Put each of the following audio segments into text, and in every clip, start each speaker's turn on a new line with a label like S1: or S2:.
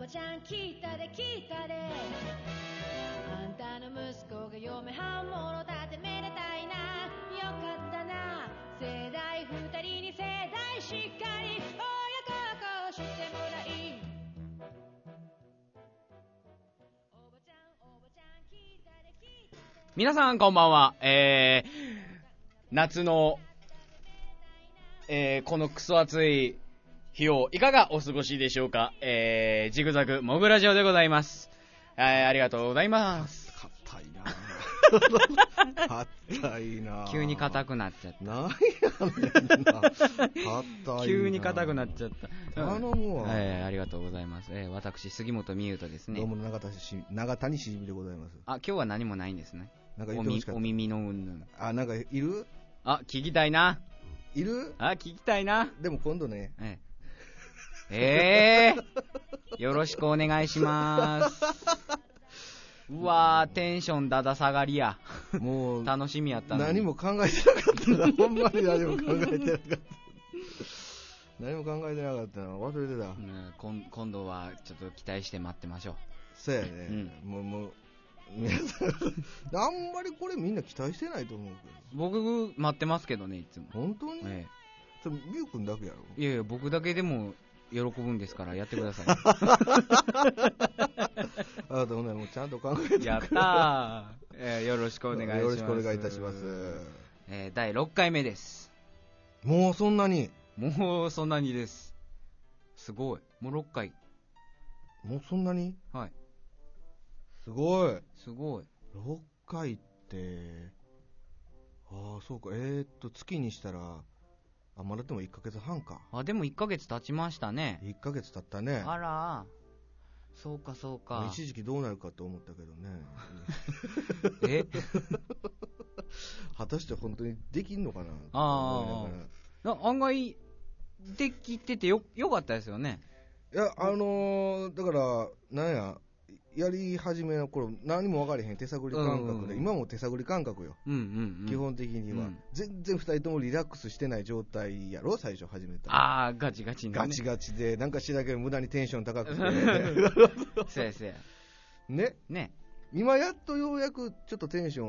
S1: ばちゃん聞いたで聞いたであんたの息子が嫁はんもろだってめでたいなよかったな世代二人に世代しっかり親孝行してもらいおばちゃんおばちゃん聞いたで聞いたで
S2: 皆さんこんばんは。えー、夏の、えー、このクソ暑い日をいかがお過ごしでしょうか。えー、ジグザグモグラジオでございます。えー、ありがとうございます。
S3: 硬い な硬いな
S2: 急に硬
S3: く
S2: くなっちゃっ
S3: なんやねんな硬いな
S2: た。 急に硬くなっちゃった。
S3: 頼むわ、
S2: えー、ありがとうございます。えー、私、杉本美優太です
S3: どう
S2: ね。
S3: も永田し永谷しじみでございます
S2: あ、今日は何もないんですね。
S3: なんか言
S2: お
S3: ってほ
S2: み
S3: しかっ
S2: お耳のうんぬん。
S3: たあなんかいる
S2: あ、聞きたいな。
S3: いる
S2: あ、聞きたいな。
S3: でも今度ね
S2: ええええよろしくお願いします。うわー、テンションだだ下がりや。
S3: もう
S2: 楽しみやったのに
S3: 何も考えてなかったなほんまに何も考えてなかった何も考えてなかったな忘れてた、
S2: うん今今度はちょっと期待して待ってましょう。
S3: そうやね、もうもう皆さんあんまりこれみんな期待してないと思うけ
S2: 僕、待ってますけどね、いつも。
S3: ど本当に、
S2: え
S3: それ美くんだけやろ
S2: えいやいや、僕だけでも喜ぶんですから、やってくださ
S3: あなたもねもうちゃんと考えて
S2: い。やったー、ええよろしくお願いします。
S3: よろしくお願いいたします
S2: ええ第6回目です。
S3: もうそんなに
S2: もうそんなにです。すごい。もう6回。
S3: もうそんなに
S2: はい。
S3: すごい
S2: すごい。
S3: 6回ってああそうかえー、っと月にしたらあまだでも1ヶ月半か
S2: あ、でも1ヶ月経ちましたね。
S3: 1ヶ月経ったね
S2: あら、そうかそうか。
S3: 一時期どうなるかと思ったけど ね
S2: え
S3: 果たして本当にできんのかな
S2: あな案外、できててよ、よかったですよね。
S3: いやあのー、だからなんややり始めの頃何も分かれへん手探り感
S2: うん
S3: 覚
S2: うんう
S3: で
S2: ん
S3: 今も手探り感覚よ
S2: うんうん、うん。
S3: 基。本的には、
S2: うん
S3: 全然2人ともリラックスしてない状態やろ最初始めたら
S2: ああ、ガチガチに、ね。
S3: ガチガチでなんかしだけど無駄にテンション高く て
S2: そうやそうや。
S3: ね
S2: ね。
S3: 今やっとようやくちょっとテンショ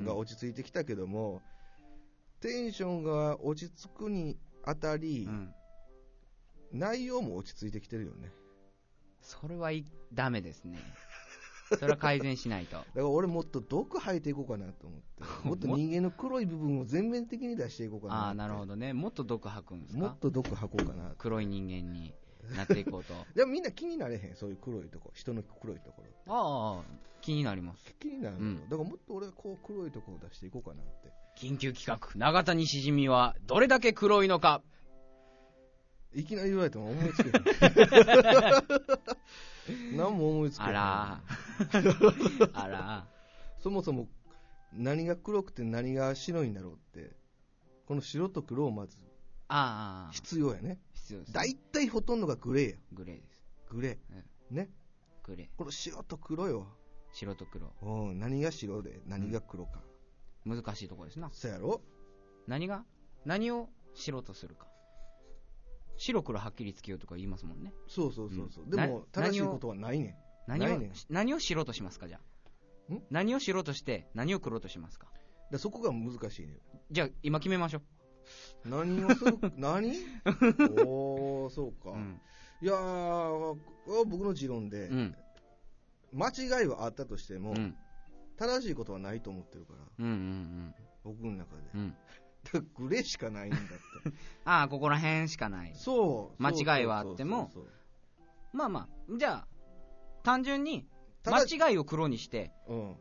S3: ンが落ち着いてきたけども、テンションが落ち着くにあた
S2: う
S3: り、
S2: ん。
S3: 内容も落ち着いてきてるよね
S2: それはい、ダメですね。それは改善しない と。
S3: だから俺もっと毒吐いていこうかなと 思ってもっと人間の黒い部分を全面的に出していこうかな
S2: ああ、なるほ
S3: ど
S2: どね。もっと毒吐くんです
S3: も
S2: か
S3: っと毒吐こうかな
S2: 黒い人間になっていこうと。
S3: でもみんな気になれへんそういう黒いとこ人の黒いところ
S2: ああ、気になります。
S3: 気になるの、
S2: うん
S3: だからもっと俺はこう黒いところを出していこうかなって
S2: 緊急企画、長谷しじみはどれだけ黒いのか。
S3: いきなり言われても思いつけ ない何も思いつけな
S2: あ
S3: い
S2: らーあら
S3: そもそも何が黒くて何が白いんだろうってこの白と黒をまず
S2: ーああ
S3: 必要やね
S2: 必要です
S3: 大体ほとんどがグレーや
S2: グレーです
S3: グレーね
S2: グレー
S3: この白と黒よ
S2: 白と黒
S3: うん何が白で何が黒か、
S2: 難しいところですな
S3: そやろ
S2: 何が何を白とするか白黒はっきりつけようとか言いますもんね
S3: そうそうそうそう、
S2: うん
S3: でも
S2: な
S3: 正しいことはないねん
S2: 何
S3: な
S2: を
S3: いね
S2: 何を白としますかじゃあ
S3: ん
S2: 何を白として何を黒としますか
S3: でそこが難しいねん
S2: じゃあ今決めましょ
S3: 何を する何おーそう
S2: う
S3: か、
S2: うん
S3: いやー僕の持論で、
S2: うん
S3: 間違いはあったとして
S2: う
S3: も、
S2: んうん
S3: 正しいことはないと思ってるから
S2: うんうん
S3: 僕の中で
S2: うんうん
S3: だからグレーしかないんだって
S2: ああここら辺しかない
S3: そう
S2: 間違いはあっても
S3: そうそう
S2: まあまあじゃあ単純に
S3: ただ
S2: 間違いを黒にして
S3: そううん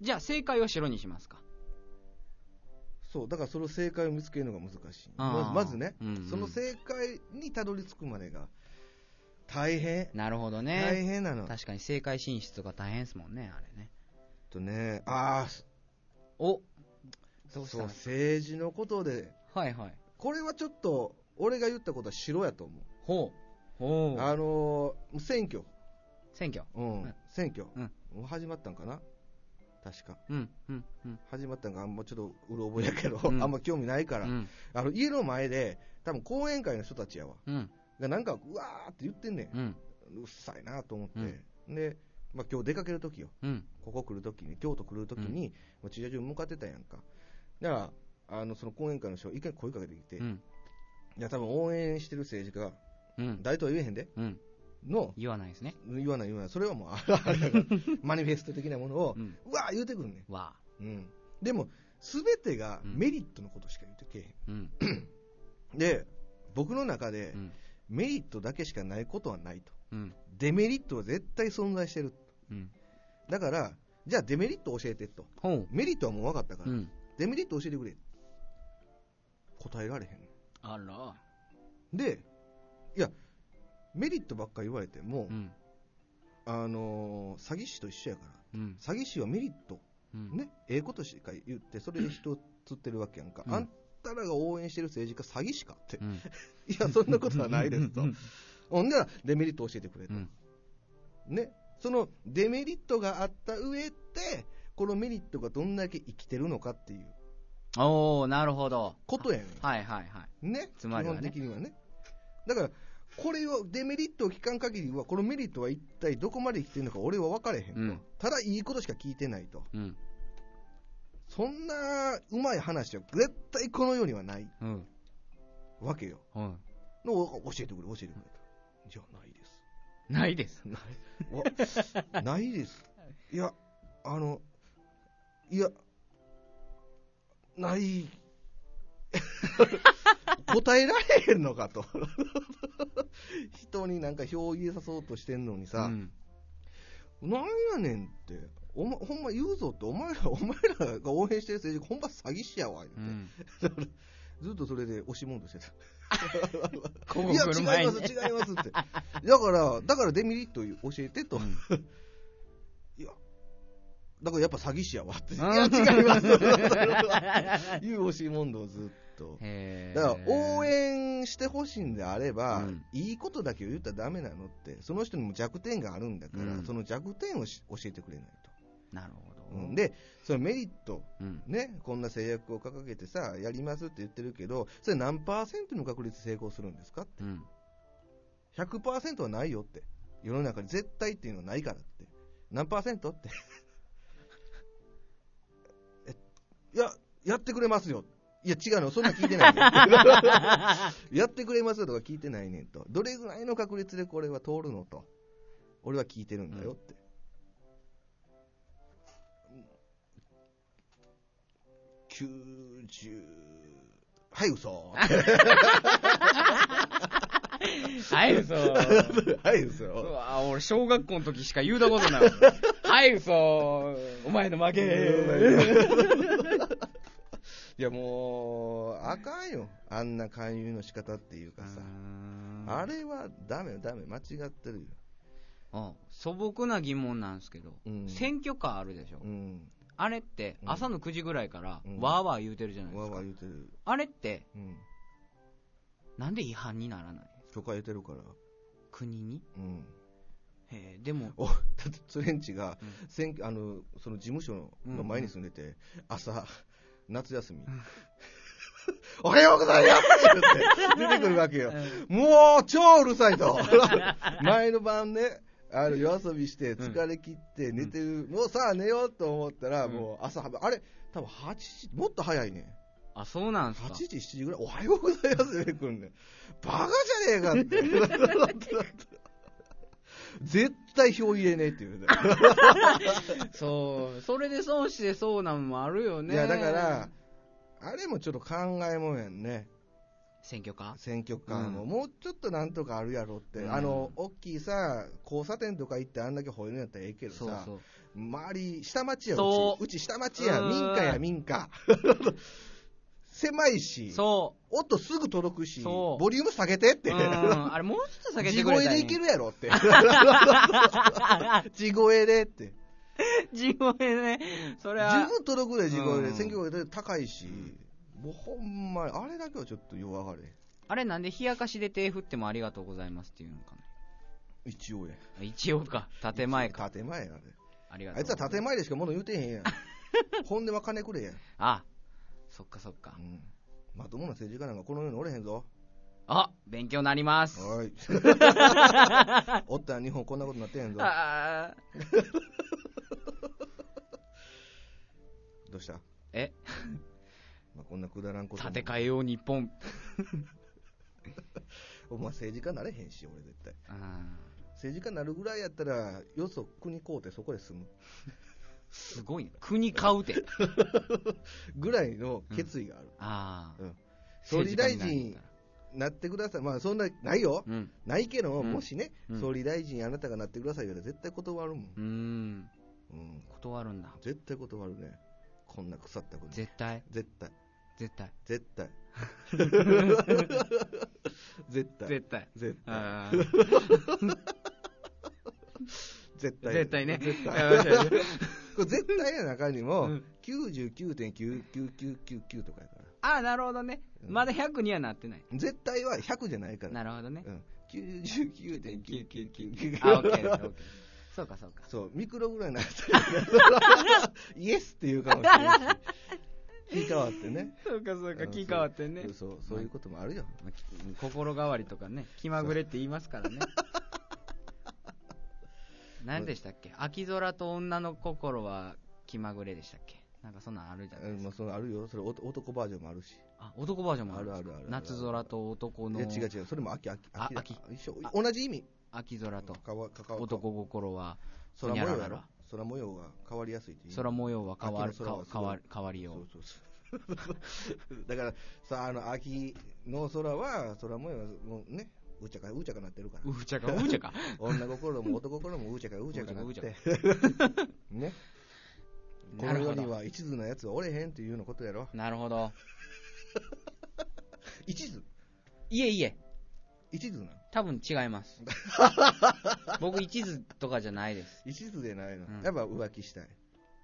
S2: じゃあ正解を白にしますか
S3: そうだからその正解を見つけるのが難しい
S2: あー
S3: まずまずね、
S2: うんうん
S3: その正解にたどり着くまでが大変
S2: なるほどね
S3: 大変なの、
S2: 確かに正解進出とか大変ですもんねあれね
S3: とねああ
S2: おどうし
S3: そう
S2: た
S3: 政治のことで
S2: はいはい
S3: これはちょっと俺が言ったことは白やと思う
S2: ほうほう
S3: あのー選挙
S2: 選挙
S3: うん、
S2: うん
S3: 選挙、
S2: うん
S3: もう始まったんかな確か
S2: うんうんうん
S3: 始まったんかあんまちょっとうろ覚えやけど、
S2: うん
S3: あんま興味ないから、
S2: うん
S3: あの家の前で、多分講演会の人たちやわ、
S2: うん
S3: がなんか、うわーって言ってんねん、
S2: うん
S3: うっさいなと思って、
S2: う
S3: で、まあ、今日出かけるときよ、
S2: うん。
S3: ここ来るときに、京都来るときに、まあ駐車場に向かってたやんか。だから、あのその講演会の人、一回声かけてきて、
S2: う
S3: い
S2: ん。
S3: や、多分応援してる政治家が、
S2: うん。
S3: 大統領言えへんで、
S2: うん。
S3: の、
S2: 言わないですね。
S3: 言わない言わない、それはもう、あらあれやからマニフェスト的なものを
S2: う、ん。
S3: うわー言うてくんね
S2: わあ。
S3: ん。うん。でも、すべてが
S2: うん
S3: メリットのことしか言うてけえへん。
S2: うん。
S3: で、僕の中
S2: う
S3: で、
S2: ん。
S3: メリットだけしかないことはないと。
S2: うん。
S3: デメリットは絶対存在してる。
S2: うん。
S3: だから、じゃあデメリット教えてと。
S2: ほう。
S3: メリットはもう分かったから、
S2: うん。
S3: デメリット教えてくれ。答えられへん。
S2: あら。
S3: で、いや、メリットばっか言われても、
S2: うん。
S3: あのー詐欺師と一緒やから、
S2: うん。
S3: 詐欺師はメリット、
S2: うん。
S3: ね、ええことしか言って、それで人を釣ってるわけやんか。
S2: うん
S3: あんたらが応援してる政治家、詐欺師かって
S2: う。ん。
S3: いや、そんなことはないですと
S2: うん。
S3: ほんなら、デメリット教えてくれ
S2: う
S3: と。
S2: ん。
S3: ね、そのデメリットがあった上で、このメリットがどんだけ生きてるのかっていう
S2: おー、なるほど。
S3: ことやね
S2: はいはいはい。
S3: ん。ね、
S2: つまりはね
S3: 基本的にはね。だから、これを、デメリットを聞かん限りは、このメリットは一体どこまで生きてるのか俺は分かれへんと。
S2: うん
S3: ただ、いいことしか聞いてないと。
S2: うん。
S3: そんなうまい話は絶対この世にはない
S2: うん。
S3: わけよ。
S2: うん。
S3: の教えてくれ、教えてくれと。じゃあ、ないです。
S2: ないです。
S3: わないです。いや、あの、いや、ない。 答えられへんのかと。 人になんか票を入れさそうとしてんのにさ
S2: う、ん。
S3: なんやねんって、おま、ほんま言うぞって、お前ら、お前らが応援してる政治家、ほんま詐欺師やわ、言う
S2: う
S3: て
S2: ん。
S3: ずっとそれで押し問答してた。
S2: こ
S3: いや、違います、違いますって。だから、だからデメリット教えてと。いや、だからやっぱ詐欺師やわって。い や、違います。いう押し問答をずっと。
S2: へ
S3: だから、応
S2: 援。
S3: 援してほしいんであれば、
S2: うん
S3: いいことだけを言ったらダメなのって、その人にも弱点があるんだから、
S2: うん
S3: その弱点をし教えてくれない
S2: なるほ
S3: と。う
S2: ど。
S3: ん、、で、そのメリット、
S2: うん。
S3: ね、こんな制約を掲げてさ、やりますって言ってるけど、それ何パーセントの確率成功するんですか
S2: うん。
S3: 100%はないよって。世の中に絶対っていうのはないからって。何パーセントって。 えいや、やってくれますよ。いや、違うの、そんなん聞いてないねんやってくれますよとか聞いてないねんと。どれぐらいの確率でこれは通るのと。俺は聞いてるんだよって。90はい、嘘。
S2: はい、嘘。
S3: はい、
S2: う
S3: 嘘。
S2: わ俺、小学校の時しか言うたことない。 はい、嘘。お前の負け。
S3: いやもう、あかんよ。あんな勧誘の仕方っていうかさ。あれはダメよ、ダメ。間違ってるよ。
S2: うん素朴な疑問なんですけど
S3: う、ん
S2: 選挙カーあるでしょ
S3: う。ん。
S2: あれって、朝の9時ぐらいから
S3: う、ん
S2: わーわー言うてるじゃないで
S3: わ
S2: す
S3: ーわ
S2: か
S3: ー。言うてる。
S2: あれって、
S3: うん。
S2: なんで違反にならない
S3: 許可得てるから。
S2: 国に
S3: うん。
S2: へえでも、
S3: お、だ って、ツレンチ
S2: う、
S3: が選挙あの、その事務所
S2: うん
S3: の前に住んでて、朝、夏休み。 おはようございますって言って出てくるわけよ。もう、超うるさ いと。前の晩ね、あの夜遊びして疲れ切って寝てる、もうさあ寝ようと思ったら、
S2: うん
S3: もう朝、あれ、多分8時、もっと早いね。
S2: あ、そうなんすか
S3: 8。時、7時ぐらい、おはようございます出てくるねん。バカじゃねえか って。絶対票入れねえって言うね。
S2: そう、それで損してそうなんもあるよね。
S3: いや、だから、、あれもちょっと考えもんやんね。
S2: 選挙か
S3: 選挙感も、
S2: うん
S3: もうちょっとなんとかあるやろって、
S2: うん
S3: あの大きいさ、交差点とか行って、あんだけ吠えるんやったらええけどさ、
S2: そうそう。
S3: 周り、下町や
S2: そう
S3: ち、うち下町や、
S2: うん
S3: 民家や、民 家、狭いし、
S2: そ
S3: 音すぐ届くし、
S2: そ
S3: ボ
S2: う
S3: リューム下げてって
S2: う。う、ん。あれ、もうちょっと下げ
S3: 地
S2: てくれ
S3: 声
S2: たらい
S3: で
S2: い
S3: い
S2: ね
S3: けるやろって、地声でって、
S2: 地声ね。それ
S3: 十
S2: は。
S3: 分届くで、地声
S2: う
S3: で、
S2: ん
S3: 選挙区で高いし、もうほんまに、あれだけはちょっと弱がれ、
S2: あれ、なんで冷やかしで手振ってもありがとうございますっていうのか
S3: 一応や。
S2: な。一応か。建前か。
S3: 建前やね。
S2: ありがと
S3: あ
S2: う
S3: い
S2: ご
S3: つ
S2: ざいます。
S3: は建前でしか物言うてへん やん。本音は金くれや。
S2: あ、そっかそっか
S3: う。ん。まともな政治家なんかこの世におれへんぞ。
S2: あ、勉強になります。
S3: おい おったら日本こんなことなってへんぞ
S2: あー
S3: どうした、
S2: え、
S3: まあ、こんなくだらんことも
S2: 建て替えよう日本。
S3: お前政治家なれへんし俺絶対
S2: うん
S3: 政治家なるぐらいやったらよそ国買うてそこで住む
S2: すごいね。国買 うて。
S3: ぐらいの決意がある、
S2: ああ。
S3: うん総理大臣
S2: 政治家になる
S3: なってくださいまあそんなないよ
S2: んだうん。
S3: ないけど、
S2: うん
S3: もしね、
S2: うん
S3: 総理大臣あなたがなってください言われたら絶対断るも
S2: う
S3: ん、
S2: ーん。
S3: うん、
S2: 断るんだ。
S3: 絶対断るねこんな腐った国
S2: 絶対、
S3: 絶対
S2: 絶対、
S3: 絶 対絶対
S2: 絶対。
S3: 絶対
S2: あ
S3: 絶
S2: ー
S3: 対
S2: 絶対ね。
S3: 絶対
S2: あー
S3: これ絶対の中にも、
S2: うん
S3: 99.9999とかやから
S2: あー、なるほどね。まだ100にはなってない。
S3: 絶対は100じゃないから
S2: なるほどね
S3: う。ん、99.999
S2: あ、オッケー、オッケー。そうか、そうか。
S3: そうミクロぐらいのやつ イエスって言うかもしれないし言い変わってね
S2: そうか、 そう
S3: う
S2: か、
S3: ん
S2: 気変わってね。
S3: そうそういうこともあるよ
S2: まあき心変わりとかね、気まぐれって言いますからね。何でしたっけ秋空と女の心は気まぐれでしたっけなんかそんなんあるじゃない
S3: う
S2: で
S3: ん
S2: すか。
S3: まあ、そのあるよそれお男バージョンもあるし
S2: あ、男バージョンもある
S3: あるあるあるある
S2: 夏空と男
S3: い
S2: の
S3: や違う違うそれも秋秋
S2: あ
S3: だ
S2: 秋
S3: 一緒
S2: あ
S3: 同じ意味
S2: 秋空と
S3: かわかかわ
S2: 男心は
S3: 空模
S2: ほにゃら
S3: 様
S2: ら
S3: やろ
S2: ら
S3: 空模様が変わりやすいっていう
S2: 空模様は変わる
S3: 秋の空はすごい
S2: 変わる変わり
S3: そ
S2: よ
S3: うそうそう だからさあの秋の空は空模様はもうねうちゃかうちゃかなってるから
S2: う。うちゃかうち ゃか
S3: 女心も男心もうちゃかうちゃかなっ
S2: うちゃか
S3: て ねこ
S2: な
S3: の
S2: る
S3: 世
S2: ほ
S3: に
S2: ど
S3: は一途なやつはおれへんっていうようなことやろ
S2: なるほど
S3: 一途
S2: いえいえ
S3: 一途なの
S2: 多分違います 僕一途とかじゃないです
S3: 一途でないの、
S2: うん
S3: やっぱ浮気したい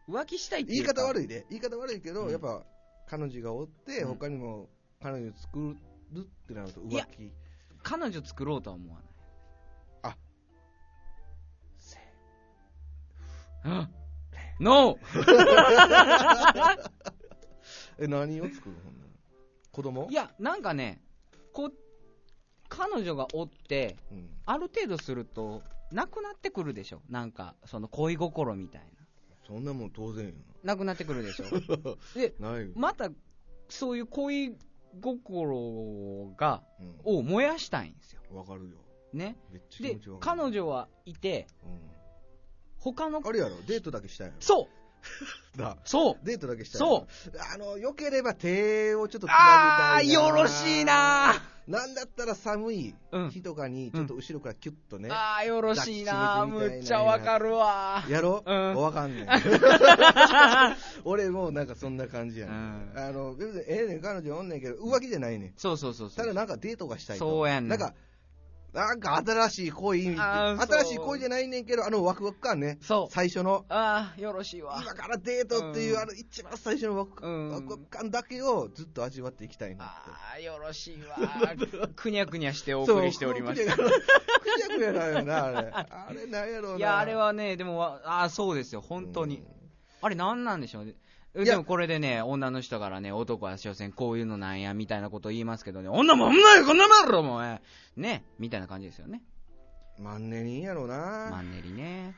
S2: 浮気したいって
S3: 言い方
S2: い
S3: 悪いで言い方悪いけど、
S2: うん
S3: やっぱ彼女がおって、
S2: うん
S3: 他にも彼女作るってなると
S2: いや
S3: 浮気
S2: うか彼女作ろうとは思わない
S3: あ
S2: せうんノ
S3: え何を作るほんなら子供
S2: ーいやなんかねこ彼女がおって
S3: うん、
S2: ある程度するとなくなってくるでしょなんかその恋心みたい
S3: そんなもん当然や
S2: ななくなってくるでしょ で
S3: なないよ、
S2: またそういう恋心が
S3: うん
S2: を燃やしたいんですよ
S3: わかるよ
S2: ね
S3: めっちゃ気
S2: で
S3: 持ちわかる
S2: 彼女はいて
S3: う
S2: 他の
S3: ん、あれやろデートだけしたいやろ
S2: そう
S3: だ
S2: そう
S3: デートだけしたいや
S2: そ
S3: ろあのよければ手をちょっとつなぎ
S2: あ
S3: た
S2: あ
S3: い
S2: ーよろしいな
S3: なんだったら寒い
S2: うん
S3: 日とかにちょっと後ろからキュッとね、
S2: ああよろしいな
S3: 抱きしめてみたいな
S2: むっちゃわかるわ
S3: やろ、
S2: う
S3: うんわかん ない俺もうなんかそんな感じや ね、
S2: うん
S3: あの別にええねん彼女おんねんけど浮気じゃないねん
S2: そうそうそうそ
S3: ただ
S2: う
S3: なんかデートがしたいと
S2: そうやねん
S3: なんかなんか新しい恋みた
S2: あ
S3: い
S2: ーそう
S3: 新しい恋じゃないねんけどあのワクワク感ね
S2: そう
S3: 最初の
S2: ああよろしいわ
S3: 今からデートっていう、
S2: うん
S3: あの一番最初のワク,、
S2: うん
S3: ワクワク感だけをずっと味わっていきたいなって
S2: ああよろしいわ くにゃくにゃしてお送りしております
S3: そうくにゃくにゃくにゃなんよなあれあれなんやろうない
S2: いやあれはねでもわあーそうですよ本当に、あれ何なんでしょうねえ
S3: いや
S2: でもこれでね、女の人からね、男は所詮こういうのなんや、みたいなことを言いますけどね、女もんないよこんなもんやろ、お前ね、みたいな感じですよね。
S3: マンネリンやろうな、
S2: マンネリね。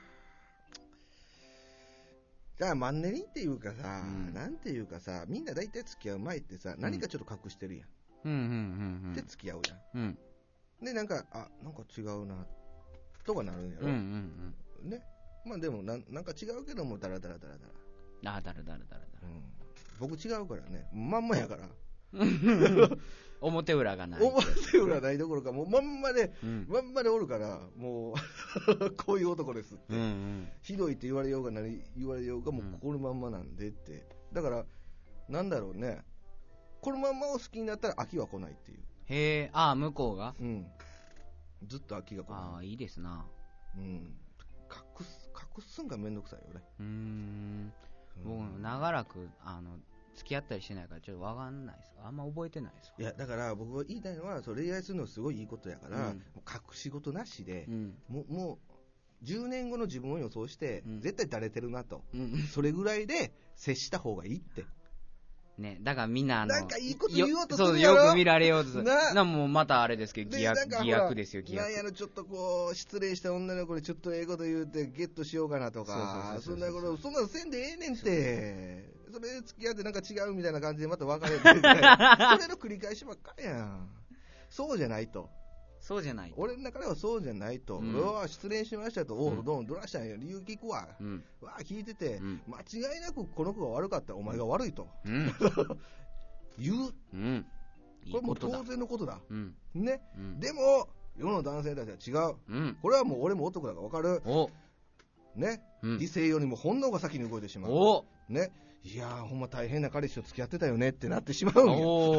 S3: だからマンネリンっていうかさ、
S2: うん
S3: なんていうかさみんな大体付き合う前ってさ何かちょっと隠してるやん、
S2: うん、うん、
S3: で付き合うやん
S2: うん、うん。
S3: でなんかあなんか違うなとかなるんや
S2: うん、う
S3: ろ、
S2: ん、うん
S3: ねまあでもなんなんか違うけどもダラダラダラダラ、
S2: うん。あー、だるだるだるだ
S3: う
S2: る。
S3: ん、僕違うからねまんまやから
S2: 表裏がない。
S3: 思わせ裏ないどころかもうまんまで
S2: うん。
S3: まんまでおるからもう こういう男ですって、
S2: うん、うん。
S3: ひどいって言われようが何言われようがもう
S2: うん
S3: このまんまなんでって、だからなんだろうねこのまんまを好きになったら秋は来ないっていう、
S2: へえ、あー、向こうが
S3: うん、ずっと秋が
S2: あ
S3: 来な
S2: あ、
S3: い、
S2: いいですな。
S3: うん、隠す隠すんがめんどくさいよね、
S2: うーん。
S3: う
S2: 僕
S3: ん
S2: も長らく、あの、付き合ったりしてないから、ちょっとわかんないです。あんま覚えてないですわ。
S3: いやだから僕が言いたいのはそう恋愛するのすごいいいことやから、
S2: うん
S3: もう隠し事なしで
S2: う、ん。
S3: もうもう10年後の自分を予想して、
S2: うん
S3: 絶対だれてるなと
S2: うん。
S3: それぐらいで接した方がいいって
S2: ね、だからみんなあの、
S3: なんかいいこと言おうとする
S2: よ
S3: やろ
S2: そうよく見られようとする。
S3: な
S2: な、もうまたあれですけど、
S3: で
S2: 疑
S3: なん
S2: 惑、
S3: かほ
S2: 疑
S3: ら
S2: 惑ですよ、疑
S3: なんや
S2: 惑。
S3: ろ、ちょっとこう、失礼した女の子にちょっとええこと言うて、ゲットしようかなとか、
S2: そ
S3: そ
S2: うんそう
S3: な
S2: そう
S3: こ
S2: そう
S3: と、そんなのせんでええねんって。それで付き合ってなんか違うみたいな感じでまた別れてみたいなそれの繰り返しばっかりやん。そうじゃないと。
S2: そうじゃない。
S3: 俺の中ではそうじゃないと。
S2: うん
S3: うわ、失礼しましたと。お
S2: うん
S3: う、どん、どらしたんや。理由聞くわ。
S2: うん。
S3: わあ、聞いてて、
S2: うん
S3: 間違いなくこの子が悪かった。お前が悪いと。
S2: うん。
S3: 言う。
S2: うん。いい
S3: これも
S2: こ
S3: う
S2: とだ
S3: 当。然のことだ。
S2: うん。
S3: ね。
S2: うん。
S3: でも、世の男性たちは違う。
S2: うん。
S3: これはもう俺も男だからわかる。
S2: お、
S3: ね。
S2: うん
S3: 理。性よりも本能が先に動いてしまう。
S2: お
S3: ね。いやー、ほんま大変な彼氏と付き合ってたよねってなってしまうんよ。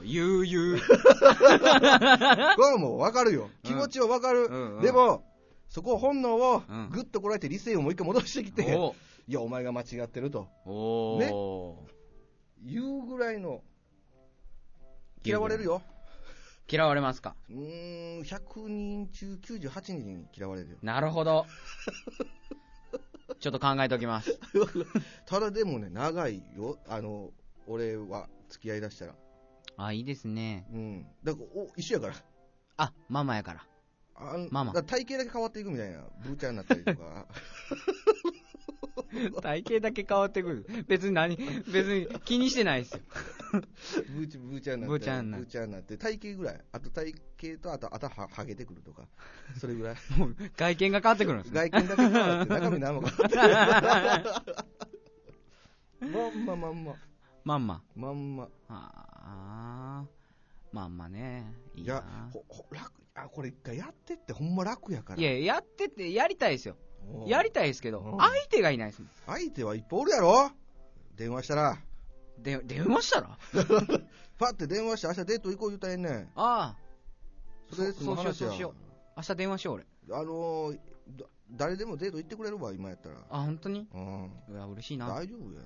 S2: おー、ゆうゆう。
S3: これはもうわかるよ。気持ちはわかる。
S2: うんうん
S3: でも、そこを本能を
S2: うん
S3: ぐっとこらえて理性をもう一回戻してきて、
S2: お
S3: いや、お前が間違ってると
S2: おー。
S3: いうぐらいの、嫌われるよ。
S2: 嫌われますか
S3: うーん、100人中98人に嫌われるよ。
S2: なるほど。 ちょっと考えておきます。
S3: ただでもね、長いよ。あの、俺は付き合いだしたら。
S2: あ、いいですね。
S3: うん。だから、お、一緒やから。
S2: あ、ママやから。
S3: あん
S2: まあまあ
S3: だから体型だけ変わっていくみたいな、ブーちゃんになったり とか、
S2: 体型だけ変わってくる。別に何、別に気にしてないですよ。
S3: ブーちブーちゃんになって、
S2: ブーちゃんにな
S3: ブーちゃんになって、体型ぐらい、あと体型と、あと、あとは、はげてくる とか、それぐらい、
S2: もう外見が変わってくるんです ね。
S3: 外見だけ変わって、中身何も変わって ない、まんままんま、
S2: まんま。
S3: まんま、
S2: あー、まんまね。いい
S3: い
S2: な
S3: や、ほほ楽あこれ一回やってって、ほんま楽やから、
S2: いや、やってて、やりたいですよ。
S3: おう
S2: やりたいですけ
S3: う
S2: ど
S3: ん、
S2: 相手がいないですもん。
S3: 相手はいっぱいおるやろ、電話したら、
S2: で、電話したら
S3: パって電話して、明日デート行こう言うたらええねん、
S2: あ
S3: それで
S2: そ
S3: その話や
S2: そうしようそうしよあ、明日電話しよう俺。
S3: あのーだ誰でもデート行ってくれるわ、今やったら。
S2: あ、本当に
S3: うん
S2: うわ、嬉しいな。
S3: 大丈夫や。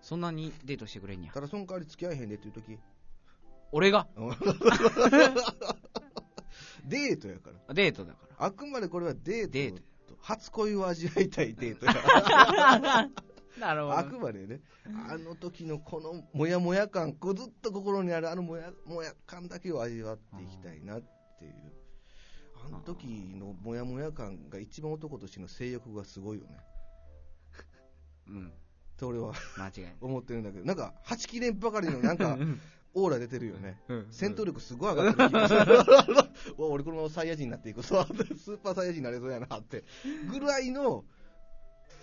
S2: そんなにデートしてくれんや
S3: た。だその代わり付き合えへんでっていう時。
S2: 俺が
S3: デートやから。
S2: デートだか
S3: あくまでこれはデート。
S2: デート
S3: 初恋を味わいたいデ ートやから
S2: ら。なる
S3: あくまでね、あの時のこのもやもや感、こうずっと心にあるあのもやもや感だけを味わっていきたいなっていう、あの時のもやもや感が一番男としての性欲がすごいよね、
S2: うん。
S3: と俺は
S2: 間違いない。
S3: 思ってるんだけど、なんか、はちきれんばかりのな んか、オーラ出てるよね。
S2: うん
S3: 戦闘力すごい上がってる気がする。う わ俺このままサイヤ人になっていくぞ。 スーパーサイヤ人になれそうやなって。ぐらいの、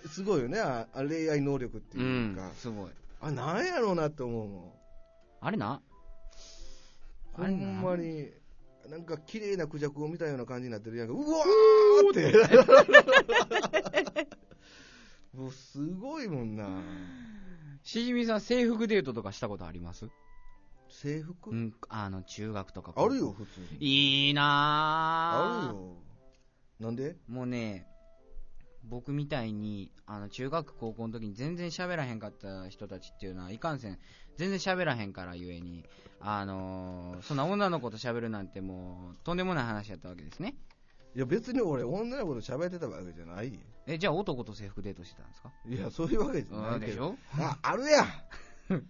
S3: すごいよね。ああ恋愛能力って
S2: う
S3: いうんか。、
S2: すごい。
S3: あ、なんやろうなって思うも
S2: あれな。
S3: ん。ほ
S2: あれなん
S3: まに、なんか綺麗なクジャクを見たような感じになってるやんか。うわーって。 もうすごいもんな。
S2: しじみさん、制服デートとかしたことあります
S3: 制服、
S2: うん、あの、中学とか。
S3: あるよ、。普通に。
S2: いい
S3: あ
S2: な
S3: る
S2: よ。
S3: よ。なんで
S2: もうね、僕みたいに、あの、中学高校の時に全然喋らへんかった人たちっていうのは、いかんせん、全然喋らへんからゆえに、あのーそんな女の子と喋るなんてもう、とんでもない話やったわけですね。
S3: いや別に俺女の子と喋ってたわけじゃないよ
S2: え、じゃあ男と制服デートしてたんですか
S3: いや そういうわけじゃ
S2: う
S3: ない
S2: ん、で
S3: け
S2: し
S3: ど
S2: ょ
S3: ああるやん思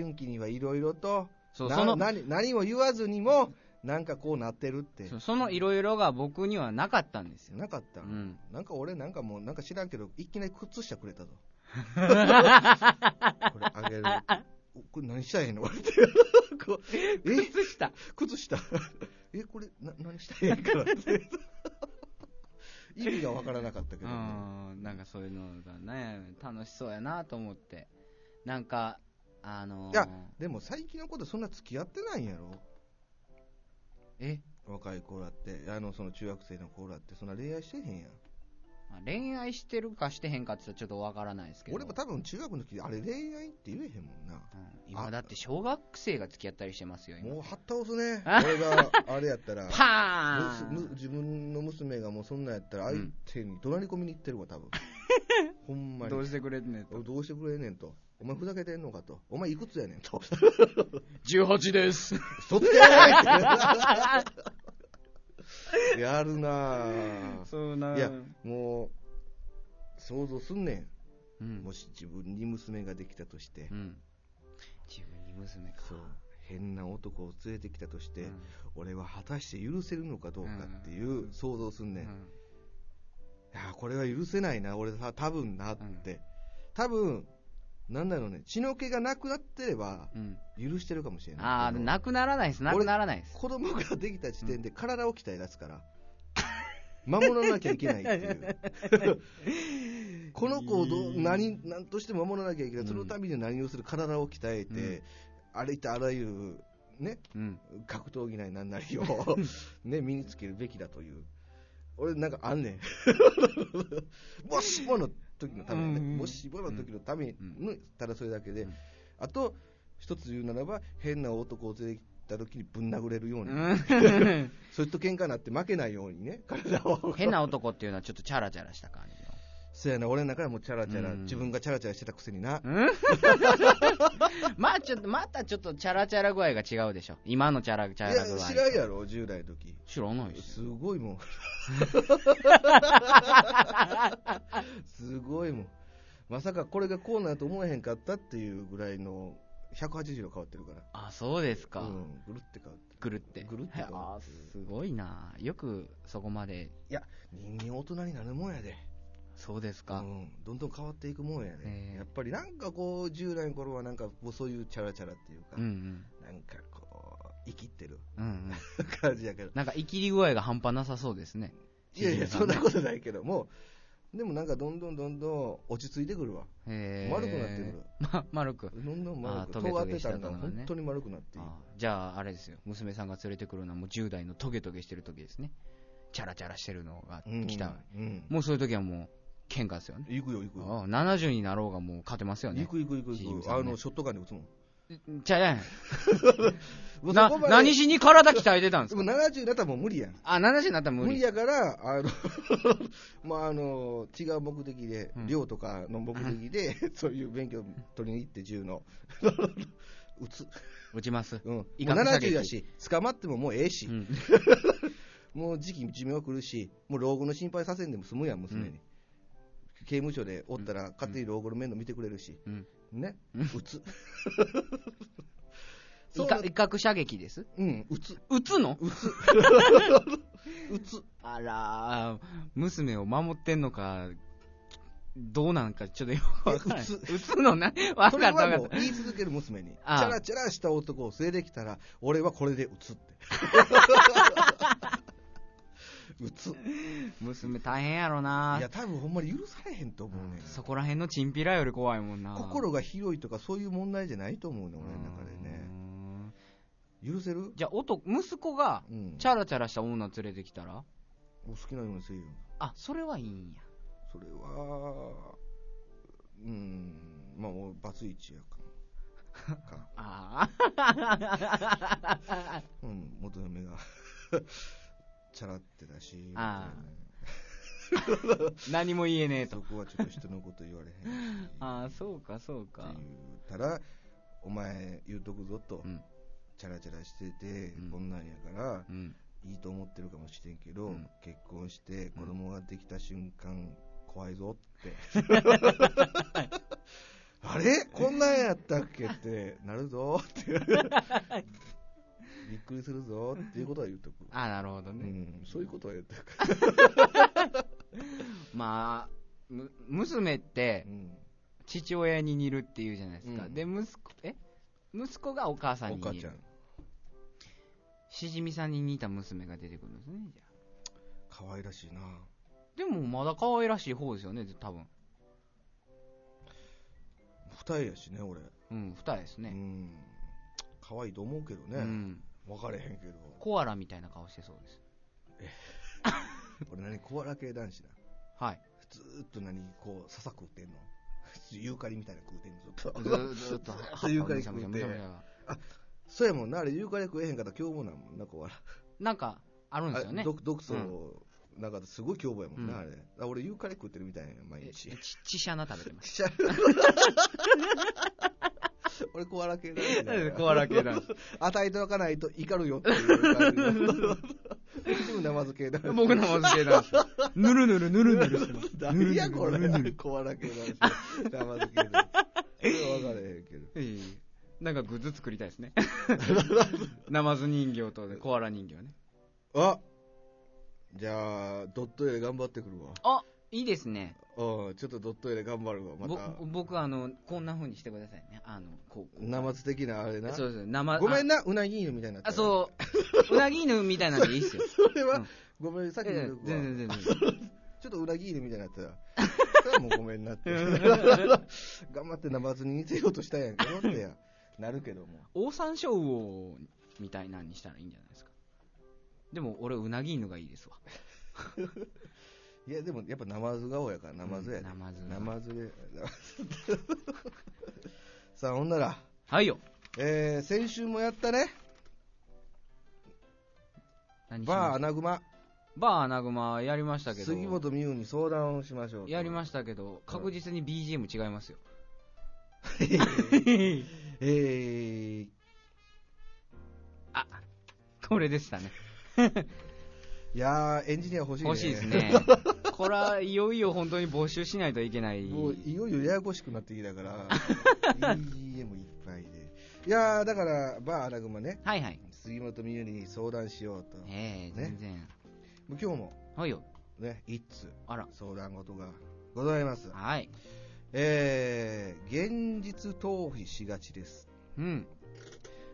S3: 春期にはいろいろと
S2: そう、
S3: な
S2: その、
S3: 何何も言わずにもなんかこうなってるって
S2: そうそのいろいろが僕にはなかったんですよ。
S3: なかった、
S2: うん
S3: なんか俺なんかもうなんか知らんけどいきなり靴下 くれたぞこれあげるこれ何したらええの ってこうえ
S2: 靴下。
S3: 靴下 えこれな何したらええんかなって 意味がわからなかったけ
S2: う
S3: どね、
S2: ん、なんかそういうのがね、楽しそうやなと思って。なんか、あのー
S3: いやでも最近の子ってそんな付き合ってないんやろ
S2: え、
S3: 若い子らってあのその中学生の子らってそんな恋愛してへんやん
S2: まあ恋愛してるかしてへんかって言ったらちょっとわからないですけど。
S3: 俺も多分中学の時あれ恋愛って言えへんもんな
S2: うん今だって小学生が付き合ったりしてますよ、今。
S3: もうはったお すね俺があれやったら
S2: パー
S3: むむ
S2: ン
S3: 自分の娘がもうそんなんやったら
S2: う
S3: 相
S2: ん
S3: 手に怒鳴り込みに行ってるわ 多分ほんまに
S2: どうしてくれんねんと
S3: おどうしてくれんねんとお前ふざけてんのかとお前いくつやね んと
S2: 18です。
S3: そってやいやるなぁ
S2: そうない
S3: や、もう、想像すんね
S2: うん
S3: ん。も。し自分に娘ができたとして
S2: う。ん。自分に娘か
S3: そう変な男を連れてきたとして、
S2: うん
S3: 俺は果たして許せるのかどうかっていううん想像すんねん、
S2: う
S3: い
S2: ん
S3: やこれは許せないな俺さ多分なって、多分なんだろうね血の気がなくなってれば
S2: うん
S3: 許してるかもしれない
S2: ああ
S3: けど
S2: なくならないですなくならないです
S3: 子供ができた時点で体を鍛え出すから、守らなきゃいけな いっていうこの子をどう何何としても守らなきゃいけない、そのために何をする体を鍛えて、歩いてあらゆる、ね、
S2: うん
S3: 格闘技なりなんな りを、ね、身につけるべきだという俺なんか あんねんもしもの時のためにね、
S2: うん
S3: もしもの時のために、
S2: う
S3: ただそれだけで、
S2: うん
S3: あと一つ言うならば変な男を連れてきた時にぶん殴れるように、
S2: うん
S3: それと喧嘩になって負けないようにね体を
S2: 変な男っていうのはちょっとチャラチャラした感じの
S3: そうやな俺の中でもチャラチャラ、
S2: うん
S3: 自分がチャラチャラしてたくせにな、
S2: うん まあちょっとまたちょっとチャラチャラ具合が違うでしょ今のチャラチャ
S3: いや
S2: ラ具合
S3: 知らんやろ10代の時
S2: 知らないです
S3: す
S2: よ
S3: ごい もんすごいもんまさかこれがこうなると思わへんかったっていうぐらいの180度変わってるから
S2: あそうですか、
S3: うん、ぐるって変わってる
S2: ぐるって
S3: ぐるって
S2: へ
S3: 変わ
S2: あ
S3: ってる
S2: すごいなよくそこまで
S3: いや人間大人になるもんやで
S2: そうです
S3: う
S2: か、
S3: ん、どんどん変わっていくもんやで、
S2: ねえ
S3: やっぱりなんかこう10代の頃はなんかもうそういうチャラチャラっていうか、
S2: うん、うん
S3: なんかこう生きってる
S2: うんうん
S3: 感じやけど
S2: なんか生きり具合が半端なさそうですね
S3: いやいや、
S2: 知事
S3: そ
S2: さ
S3: ん
S2: ん
S3: なことないけども、でもなんかどんどんどんどん落ち着いてくるわ。
S2: へー
S3: 丸くなってくる。
S2: ま、丸く
S3: どんどん丸く、
S2: あートゲト
S3: 尖っ
S2: ゲ
S3: て
S2: した
S3: た
S2: と
S3: の
S2: かね
S3: が本当に丸くなっていく。
S2: あじゃああれですよ娘さんが連れてくるのはもう10代のトゲトゲしてる時ですねチャラチャラしてるのが
S3: うん
S2: 来た、
S3: うん。
S2: もうそういう時はもう喧嘩ですよね
S3: 行くよ、行くよ。
S2: ああ70になろうがもう勝てますよね
S3: 行く行く行く
S2: ジー
S3: 行
S2: ム
S3: く。
S2: さんね
S3: あの、ショットガンで撃つもん。
S2: ちゃやん
S3: もう
S2: な
S3: そこまで
S2: 何しに体鍛えてたんで
S3: ですも
S2: か
S3: 70になったらもう無理やん。
S2: あ70になったら無
S3: 無理
S2: 理
S3: やから、あの、 まあ、あの、違う目的で
S2: うん、
S3: 漁とかの目的 で、そういう勉強取りに行って銃の。 撃つ。
S2: 打ちます
S3: うん。
S2: 威嚇射撃
S3: 70やし、捕まってももうええし
S2: う。ん
S3: もう時期寿命来るし、もう老後の心配させんでも済むやん、娘に。
S2: うん
S3: 刑務所でおったら、勝手に老後の面倒見てくれるし、
S2: うん
S3: ね、
S2: うん
S3: 打 つ。
S2: 威
S3: そうな
S2: 嚇威嚇射撃です
S3: うん、打つ。
S2: 打つの
S3: 打つ。
S2: あらー娘を守ってんのかどうなんかちょっとよくわからない
S3: 打つ
S2: 打つのねわ
S3: そ
S2: か
S3: れ
S2: ったわ
S3: は
S2: かっ
S3: もう言い続ける娘に、チ
S2: ああ
S3: ャラチャラした男を連れてきたら、俺はこれで打つって。 打つ。い
S2: た娘大変やろな
S3: や、多分ほんまに許されへんと思うねん。
S2: そこら辺のチンピラより怖いもんな
S3: 心が広いとかそういう問題じゃないと思うね、俺の中で
S2: う
S3: ね。
S2: ん
S3: 許せる
S2: じゃあ男息子が
S3: うん。
S2: チャラチャラした女連れてきたら
S3: お好きなようにせえよ。
S2: あそれはいいんや
S3: それは、うん、まあ、俺バツイチやから。 か
S2: ああ
S3: うん、元嫁が、 チャラってたし、みたい
S2: あ
S3: な
S2: 何も言えねえ
S3: そ
S2: と
S3: こはちょっと人のこと言われへんし、
S2: ああそうかそう
S3: っ
S2: か
S3: て言ったら、お前言うとくぞと、
S2: うん
S3: チャラチャラしてて、
S2: うん
S3: こんなんやから、
S2: うん
S3: いいと思ってるかもしれんけど、
S2: うん
S3: 結婚して子供ができた瞬間、怖いぞって。 あれこんなんやったっけってなるぞって。 びっくりするぞっていうことは言っとく。
S2: ああなるほど
S3: う
S2: ね、
S3: ん、そういうことは言っとく。
S2: まあむ娘って
S3: うん
S2: 父親に似るっていうじゃないですか、
S3: うん
S2: で息子え息子がお母さん
S3: お
S2: に
S3: 母
S2: 似
S3: ちゃ
S2: る
S3: ん、
S2: しじみさんに似た娘が出てくるんですねじゃあ
S3: 可愛らしいな。
S2: でもまだ可愛らしい方ですよね多分
S3: 二重やしね、俺。
S2: うん二重です
S3: う
S2: ね
S3: ん。可愛いと思うけど
S2: う
S3: ね。
S2: ん
S3: 分かれへんけど。
S2: コアラみたいな顔してそうです
S3: 俺何、コアラ系男子だ。
S2: はい
S3: ずーっと何、こう、笹食ってんの。 ユーカリみたいなの食うてんの、ず
S2: ず。ず
S3: っと
S2: っと
S3: というかに食うて
S2: むしゃむしゃむしゃむしゃ
S3: そうやもんな、あれ、ユーカリ食えへんかったら凶暴なんもんな、コアラ。
S2: なんかあるんですよ
S3: あれ
S2: ね
S3: 毒毒素、なんかすごい凶暴やもんな、
S2: うん
S3: あれ。あ俺、ユーカリ食ってるみたいな、毎
S2: えち
S3: 日。
S2: ちっちゃな食べてます
S3: ちっちゃい 俺、コアラ系 だね。
S2: コアラ系男子
S3: 与えておかないと怒るよっていう感じの。一部生漬けだ。
S2: 僕のまず系男子ぬるぬるぬるぬるして ます
S3: 何やこ
S2: ぬるぬるぬるぬ
S3: れ
S2: る
S3: コアラ系男子。生漬けだ。それは分かれへんけど。
S2: なんかグッズ作りたいです ね。ナマズ人形とねコアラ人形ね。
S3: あじゃあ、ドット絵で頑張ってくるわ。
S2: あいいですね。
S3: うん、ちょっとドット絵で頑張るわ、ま
S2: ぼ
S3: た。
S2: 僕、あの、こんな風にしてくださいね。あの、こう。こう
S3: 生津的なあれな。
S2: そうです。生
S3: ごめん
S2: ね。
S3: な、うなぎ犬みたいになっ
S2: あ、
S3: う。
S2: そう。うなぎ犬みたいなんでいいっす よ。
S3: それは、
S2: うん
S3: ごめん、さっき
S2: ええ
S3: のとこは
S2: 全然全然。
S3: ちょっとうなぎ犬みたいになってた。それはもうごめんなって。頑張って生津に似せようとしたやんか。なんでや。なるけども。
S2: オオサンショウウオみたいなんにしたらいいんじゃないですか。でも俺、うなぎ犬がいいですわ。
S3: いや、でもやっぱ生津顔やから、生津や
S2: うん
S3: ね。
S2: ナマズ
S3: 生津で。 さあ、ほんなら、
S2: はいよ。
S3: えー、先週もやったね。
S2: 何しまし
S3: バー
S2: た
S3: アナグマ。
S2: バーアナグマやりましたけど。
S3: 杉本美優に相談をしましょう。
S2: やりま
S3: し
S2: したけど、確実に BGM 違いますよ。
S3: た。 えー、
S2: あ、これでしたね。
S3: いやー、エンジニア欲しいね。
S2: 欲しいですね。これはいよいよ本当に募集しないといけない。
S3: もういよいよややこしくなってきたから、BGM いっぱいで。いやー、だから、バーアナグマね、
S2: はいはい。
S3: 杉本美優に相談しようと。も
S2: ええ
S3: ね
S2: 全然。
S3: う今日も、
S2: はいよ。
S3: ね、一通
S2: あら。
S3: 相談事がございます。
S2: はい。
S3: えー、現実逃避しがちです。
S2: うん。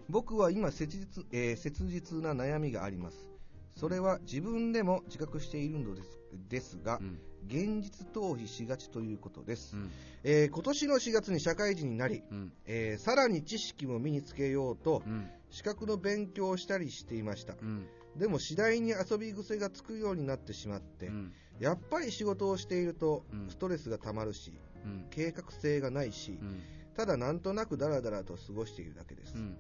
S3: 僕は今切実、えー切実な悩みがあります。それは自分でも自覚しているのですですが
S2: う、ん。
S3: 現実逃避しがちということで
S2: う
S3: す。
S2: ん。
S3: えー今年の4月に社会人になり、
S2: うん。
S3: えーさらに知識も身につけようと
S2: う、ん。
S3: 資格の勉強をしたりしていました。
S2: うん。
S3: でも次第に遊び癖がつくようになってしまって、
S2: うん。
S3: やっぱり仕事をしていると
S2: うん
S3: ストレスが溜まるし、
S2: うん。
S3: 計画性がないし
S2: う、ん。
S3: ただなんとなくダラダラと過ごしているだけです。
S2: うん。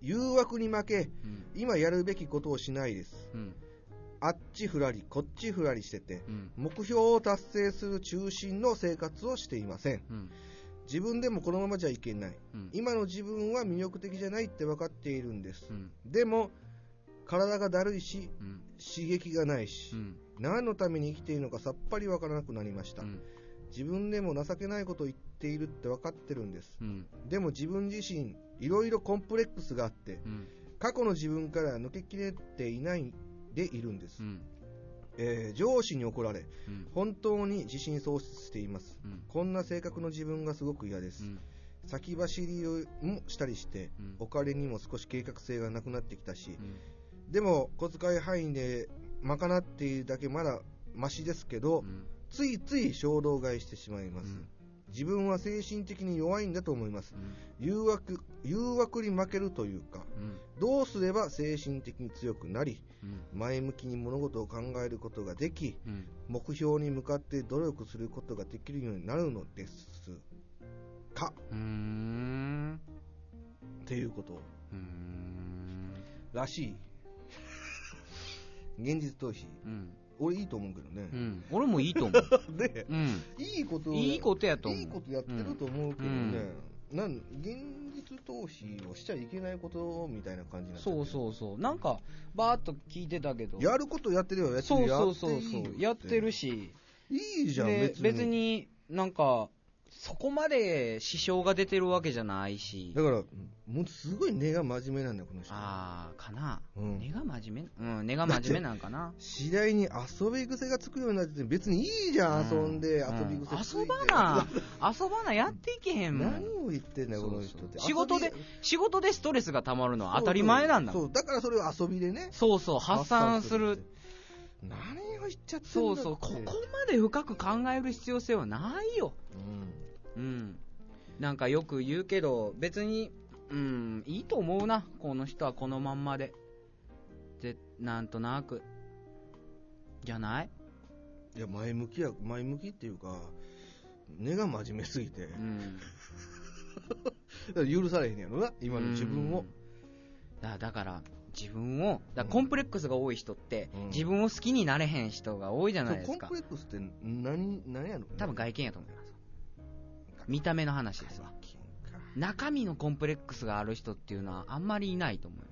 S3: 誘惑に負け、
S2: うん。
S3: 今やるべきことをしないです。
S2: うん。
S3: あっちふらり、こっちふらりしてて、
S2: うん。
S3: 目標を達成する中心の生活をしていません。
S2: うん。
S3: 自分でもこのままじゃいけない。
S2: うん。
S3: 今の自分は魅力的じゃないって分かっているんです
S2: う。ん。
S3: でも、体がだるいし、
S2: うん。
S3: 刺激がないし
S2: う、ん。
S3: 何のために生きているのかさっぱり分からなくなりました
S2: う。ん。
S3: 自分でも情けないことを言っているって分かってるんです。
S2: うん。
S3: でも自分自身、いろいろコンプレックスがあって、
S2: うん。
S3: 過去の自分から抜けきれていないでいるんです
S2: う。ん。
S3: えー上司に怒られ、
S2: うん。
S3: 本当に自信喪失しています。
S2: うん。
S3: こんな性格の自分がすごく嫌で
S2: う
S3: す。
S2: ん。
S3: 先走りをもしたりして、
S2: うん
S3: お金にも少し計画性がなくなってきたし
S2: う、ん。
S3: でも小遣い範囲で賄っているだけまだマシですけど、
S2: うん
S3: ついつい衝動買いしてしまいま
S2: う
S3: す。
S2: ん
S3: 自分は精神的に弱いんだと思います。
S2: うん
S3: 誘惑、誘惑に負けるというか、
S2: うん
S3: どうすれば精神的に強くなり、
S2: うん
S3: 前向きに物事を考えることができ、
S2: うん
S3: 目標に向かって努力することができるようになるのですか
S2: うーん
S3: っていうこと
S2: うーん
S3: らしい 現実逃避
S2: うん
S3: 俺いいと思うけどね
S2: う、ん俺もいいと思う
S3: で
S2: うん
S3: いいことを
S2: いいことやと思う
S3: いいことやってると思うけどね、なん現実逃避をしちゃいけないことみたいな感じなんだよ
S2: そ
S3: ね
S2: うそうそうなんかバーッと聞いてたけど
S3: やることやってるよやって
S2: そ
S3: る
S2: う
S3: よ
S2: そうそうそ
S3: やって
S2: う
S3: いい
S2: や
S3: よっ
S2: っててるし
S3: いいじゃん
S2: で
S3: 別に
S2: 別になんかそこまで支障が出てるわけじゃないし
S3: だからもうすごい根が真面目なんだよこの人
S2: ああかな
S3: うん
S2: 根が真面目うん根が真面目なんかな
S3: 次第に遊び癖がつくようになってて別にいいじゃん、遊んで
S2: う
S3: 遊び癖ついて、
S2: 遊ばな遊ばなやっていけへんもん
S3: 何を言ってんだよ
S2: そう
S3: こ
S2: そう
S3: の人って
S2: 仕事で
S3: 遊び
S2: 仕事でストレスが溜まるのは当たり前なんだ
S3: そ
S2: も
S3: うんそうだからそれを遊びでね
S2: そうそう発散する
S3: 発散する何を言っちゃってんだって
S2: そうそうここまで深く考える必要性はないよ
S3: うん
S2: うんなんかよく言うけど別にうんいいと思うなこの人はこのまんまででなんとなくじゃない
S3: いや前向きや前向きっていうか根が真面目すぎて、
S2: うん
S3: だから許されへんやろな今の自分
S2: う
S3: を
S2: んだだから自分をだからコンプレックスが多い人って、
S3: うん
S2: 自分を好きになれへん人が多いじゃ
S3: そ
S2: ないうで
S3: コ
S2: す
S3: ン
S2: か
S3: プレックスって何何やろ
S2: 多分外見やと思います見た目の話ですわ
S3: 金か
S2: 中身のコンプレックスがある人っていうのはあんまりいないと思います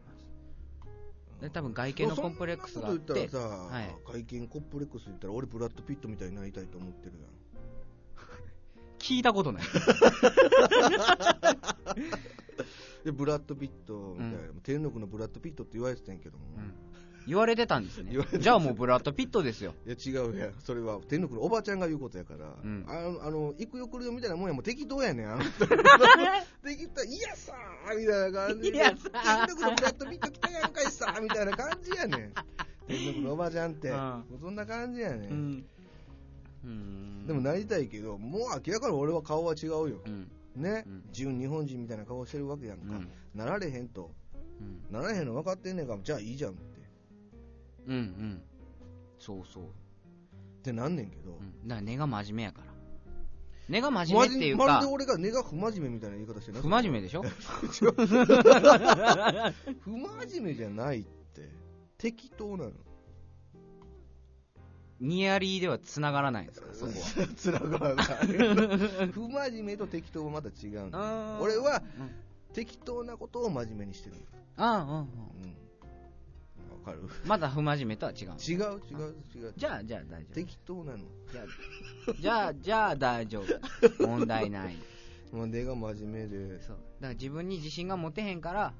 S2: で多分外見のコンプレックスがあっ
S3: そんな
S2: て
S3: こと言ったらさ、
S2: はい
S3: 外見コンプレックス言ったら俺ブラッド・ピットみたいになりたいと思ってるやん
S2: 聞いたことない
S3: でブラッド・ピットみたいな、天禄のブラッド・ピットって言われてたんやけども、
S2: うん言われてたんですね
S3: 言われて。た
S2: じゃあもうブラッド・ピットですよ。
S3: いや違うやんそれは天禄のおばちゃんが言うことやから、
S2: うん
S3: あのあの行くよ来るよみたいなもんやもう適当やねんあ の人適当イエスさーみたいな感じで
S2: イエスさー
S3: 天禄のブラッド・ピット来たやんかいさーみたいな感じやねん天禄のおばちゃんって、
S2: うん
S3: もうそんな感じやね、
S2: うんん。うん
S3: でもなりたいけどもう明らかに俺は顔は違うよ
S2: うん。
S3: ね、
S2: うん
S3: 純日本人みたいな顔してるわけやんか、
S2: うん
S3: なられへんと
S2: うん。
S3: ならへんの分かってんねんからじゃあいいじゃんって
S2: うん。うん。そうそう。
S3: ってなんねんけど、
S2: うんだから根が真面目やから。根が真
S3: ま
S2: 面
S3: じ
S2: 目っていう
S3: ま
S2: か
S3: るで、俺が根が不真面目みたいな言い方してな
S2: 不真面目でしょ
S3: 不真面目じゃないって適当 なの
S2: ニヤリーでは繋がらないんですから、そこ
S3: つらがらない不真面目と適当はまた違うの
S2: は。
S3: 俺は
S2: うん、
S3: 適当なことを真面目にしてる
S2: ああ、うんうん。
S3: うんわかる
S2: まだ不真面目とは違う。
S3: 違う違う違う
S2: じゃあ、じゃあ大丈夫。
S3: 適当なの
S2: じゃあ、じゃあ、じゃあ大丈夫。問題ない。
S3: まあ根が真面目で
S2: そう。だから自分に自信が持てへんから、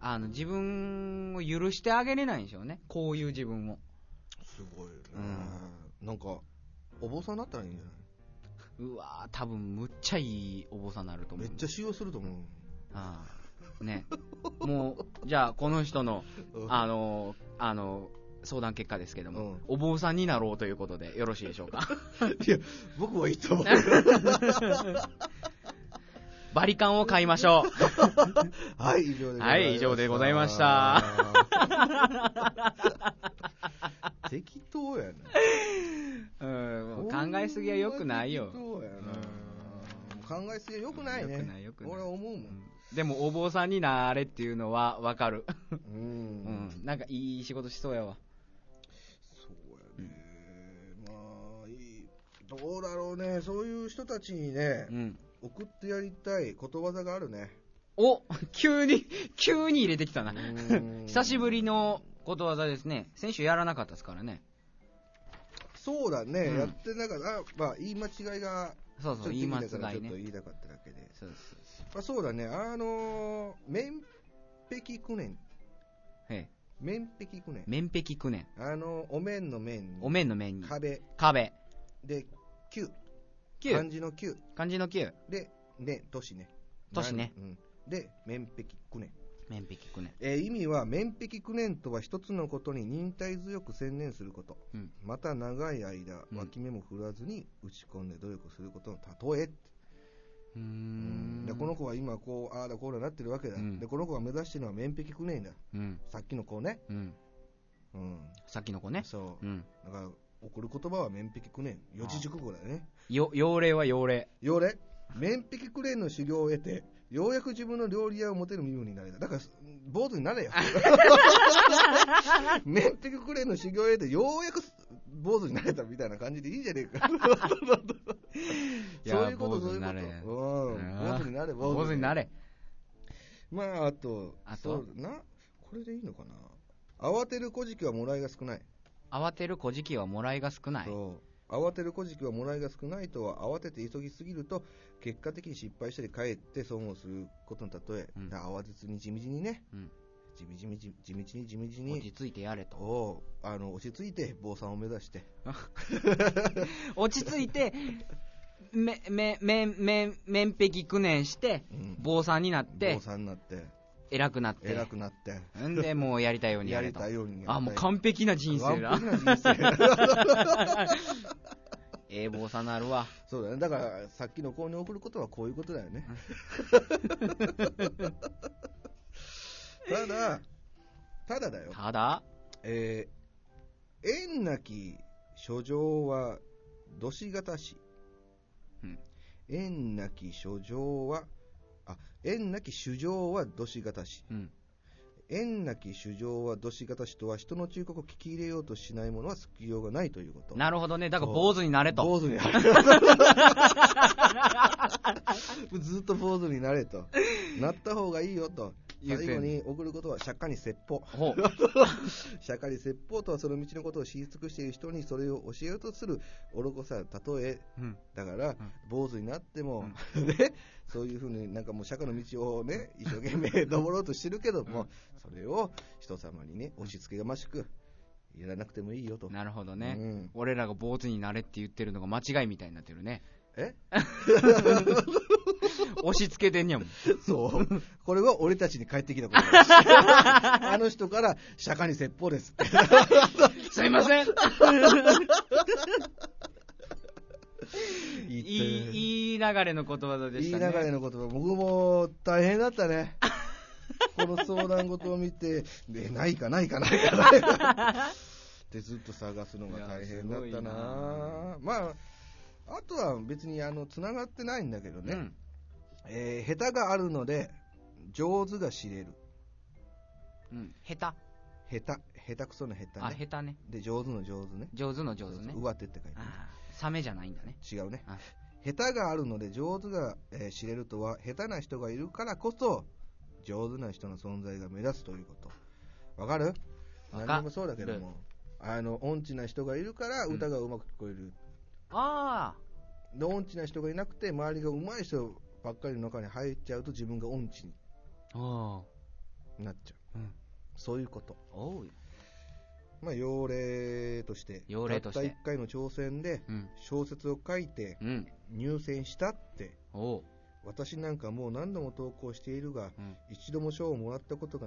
S2: あの、自分を許してあげれないんでしょうね。こういう自分を。
S3: すごいよね、なんかお坊さんだったらいいんじゃないう
S2: わー、多分むっちゃいいお坊さんになると思
S3: め
S2: う。
S3: っちゃ使用すると思う
S2: ああね。もう、じゃあ、この人の、あのーあのー相談結果ですけども、
S3: うん
S2: お坊さんになろうということでよろしいでしょうか。
S3: いや僕はいい と思う
S2: バリカンを買いましょう。
S3: はい以上で
S2: はい以上でございました
S3: 適当やな
S2: うん、もう考えすぎは良くないよ。
S3: ほんま適当やな考えすぎは良くないね
S2: 良くない良くない
S3: 俺は思うもん
S2: でも、お坊さんになれっていうのはわかる。
S3: う、
S2: うんん、なんかいい仕事しそうやわ。
S3: そうやねまあいいどうだろうねそういう人たちにね
S2: うん。
S3: 送ってやりたいことわざがあるね
S2: お急に、急に入れてきたな。
S3: うん
S2: 久しぶりのことわざですね。先週やらなかったですからね。
S3: そうだね、
S2: うん
S3: やってなかったあまあ言い間違いが
S2: そう
S3: ちょっ
S2: そ
S3: と
S2: う、言い間違
S3: できなかっ
S2: い
S3: たちょっと
S2: ね。
S3: 言いたかっただけで
S2: そうそうそ
S3: まあ、そうだね、あのー、面壁九年、
S2: う。へ
S3: 面壁九年
S2: え、、面壁九年。
S3: あのー、お面の面に、
S2: お面の面に。
S3: 壁
S2: 壁。
S3: で九、漢
S2: 九
S3: 字の九
S2: 漢字の九
S3: で、ね、年ね。
S2: 年ね
S3: なる。うん、で、面壁九年。
S2: 面壁九年。
S3: えー意味は、面壁九年とは一つのことに忍耐強く専念すること。
S2: うん
S3: また長い間、
S2: うん
S3: 脇目も振らずに打ち込んで努力することの例え。
S2: うー
S3: うん
S2: ん。
S3: でこの子は今こう、ああだこうだなってるわけだ。
S2: うん
S3: で、この子が目指してるのは面壁九年だ。
S2: うん。
S3: さっきの子ね。
S2: うん。
S3: うん。
S2: さっきの子ね。
S3: そう。
S2: うん。
S3: だから、怒る言葉は面壁くねん。四字熟語だよね。
S2: よ、妖霊は妖霊。
S3: よれ、面壁くれんの修行を得て、ようやく自分の料理屋を持てる身分になれた。だから、坊主に なれよ。面壁くれんの修行を得て、ようやく坊主になれたみたいな感じでいいじゃねえか。
S2: い
S3: そ
S2: や
S3: ういうこ
S2: 坊
S3: と、
S2: 主
S3: そういう
S2: にな
S3: こ
S2: れ
S3: と。うん。坊主になれ、
S2: 坊主にな。れ。
S3: まあ、あと、
S2: あと
S3: そうだな、これでいいのかな。慌てる小じはもらいが少ない。
S2: 慌てる小じきはもらいが少ない。
S3: そう慌てる小じきはもらいが少ないとは慌てて急ぎすぎると結果的に失敗したり帰って損をすることの例え、
S2: うん
S3: だから慌てずに地道にね、
S2: うん
S3: 地道に地地道に地道
S2: 落
S3: に
S2: ち着いてやれと。
S3: おうあの落ち着いて坊さんを目指して
S2: 落ち着いて、め、め、め、め、面壁苦念して
S3: うん、
S2: 坊さんになって
S3: 坊、さんになって
S2: 偉くなって。
S3: 偉くなって
S2: んで、もうやりたいように
S3: や
S2: や
S3: り
S2: れと
S3: た。いようにやりたい
S2: あ、もう完璧な人生だ
S3: 完。璧な人生
S2: ええ坊さんなるわ。
S3: そうだねだからさっきの子に送ることはこういうことだ よねただただだよ
S2: ただ、
S3: えー、縁なき書状はどしがたし、
S2: うん
S3: 縁なき書状はあ縁なき主情はどしがたし
S2: うん。
S3: 縁なき主情はどしがたしとは人の忠告を聞き入れようとしないものは救いようがないということ
S2: なるほどね。だから坊主になれと。
S3: 坊主にな れずっと坊主になれとなった方がいいよと
S2: 言ってん
S3: 最
S2: の
S3: 後に送ることは釈迦に説法。
S2: ほう。
S3: 釈迦に説法とはその道のことを知り尽くしている人にそれを教えようとする愚かさ例え
S2: うん。
S3: だから、坊主になっても、 ね、そういうふうになんかもう釈迦の道をね、一生懸命登ろうとしてるけども、それを人様にね、押し付けがましく、やらなくてもいいよと。
S2: なるほど
S3: う
S2: ね。
S3: ん、
S2: 俺らが坊主になれって言ってるのが間違いみたいになってるね。
S3: え
S2: 押し付けてんやもん。
S3: そう。これは俺たちに返ってきたことです。あの人から釈迦に説法ですって。
S2: す いません
S3: 言
S2: い
S3: って
S2: い、いい流れの言葉で
S3: いい
S2: し
S3: 流
S2: たね。
S3: れの言葉、僕も大変だったね。この相談事を見て、で、ないかないかないかないか。ってずっと探すのが大変だっ
S2: いやすごい
S3: たな
S2: な
S3: まあ、あとは別にあの、繋がってないんだけどね。
S2: うん。
S3: えー下手があるので、上手が知れる。
S2: うん。下
S3: 下手、下手くその
S2: 手。
S3: 下手
S2: あ、
S3: ね。
S2: 下手ね。
S3: で、上手の上手ね。
S2: 上手の上手ね。
S3: 上手って書いてね。
S2: ああ、サメじゃないんだね。
S3: 違うね
S2: あ。
S3: 下手があるので上手が、えー知れるとは、下手な人がいるからこそ、上手な人の存在が目立つということ。わかる
S2: わかる
S3: 何でもそうだけども、あの、音痴な人がいるから歌がうまく聞こえる。
S2: あ
S3: で、音痴な人がいなくて、周りが上手い人ばっかりの中に入っちゃうと自分が音痴に
S2: あ。お
S3: なっちゃう。
S2: うん
S3: そういうこと。
S2: お。おう。
S3: まあ、要例として、
S2: 要例として
S3: たった1回の挑戦で
S2: うん。
S3: 小説を書いて
S2: うん。
S3: 入選したって、
S2: おう。
S3: 私なんかもう何度も投稿しているが、
S2: うん
S3: 一度も賞をもらったことが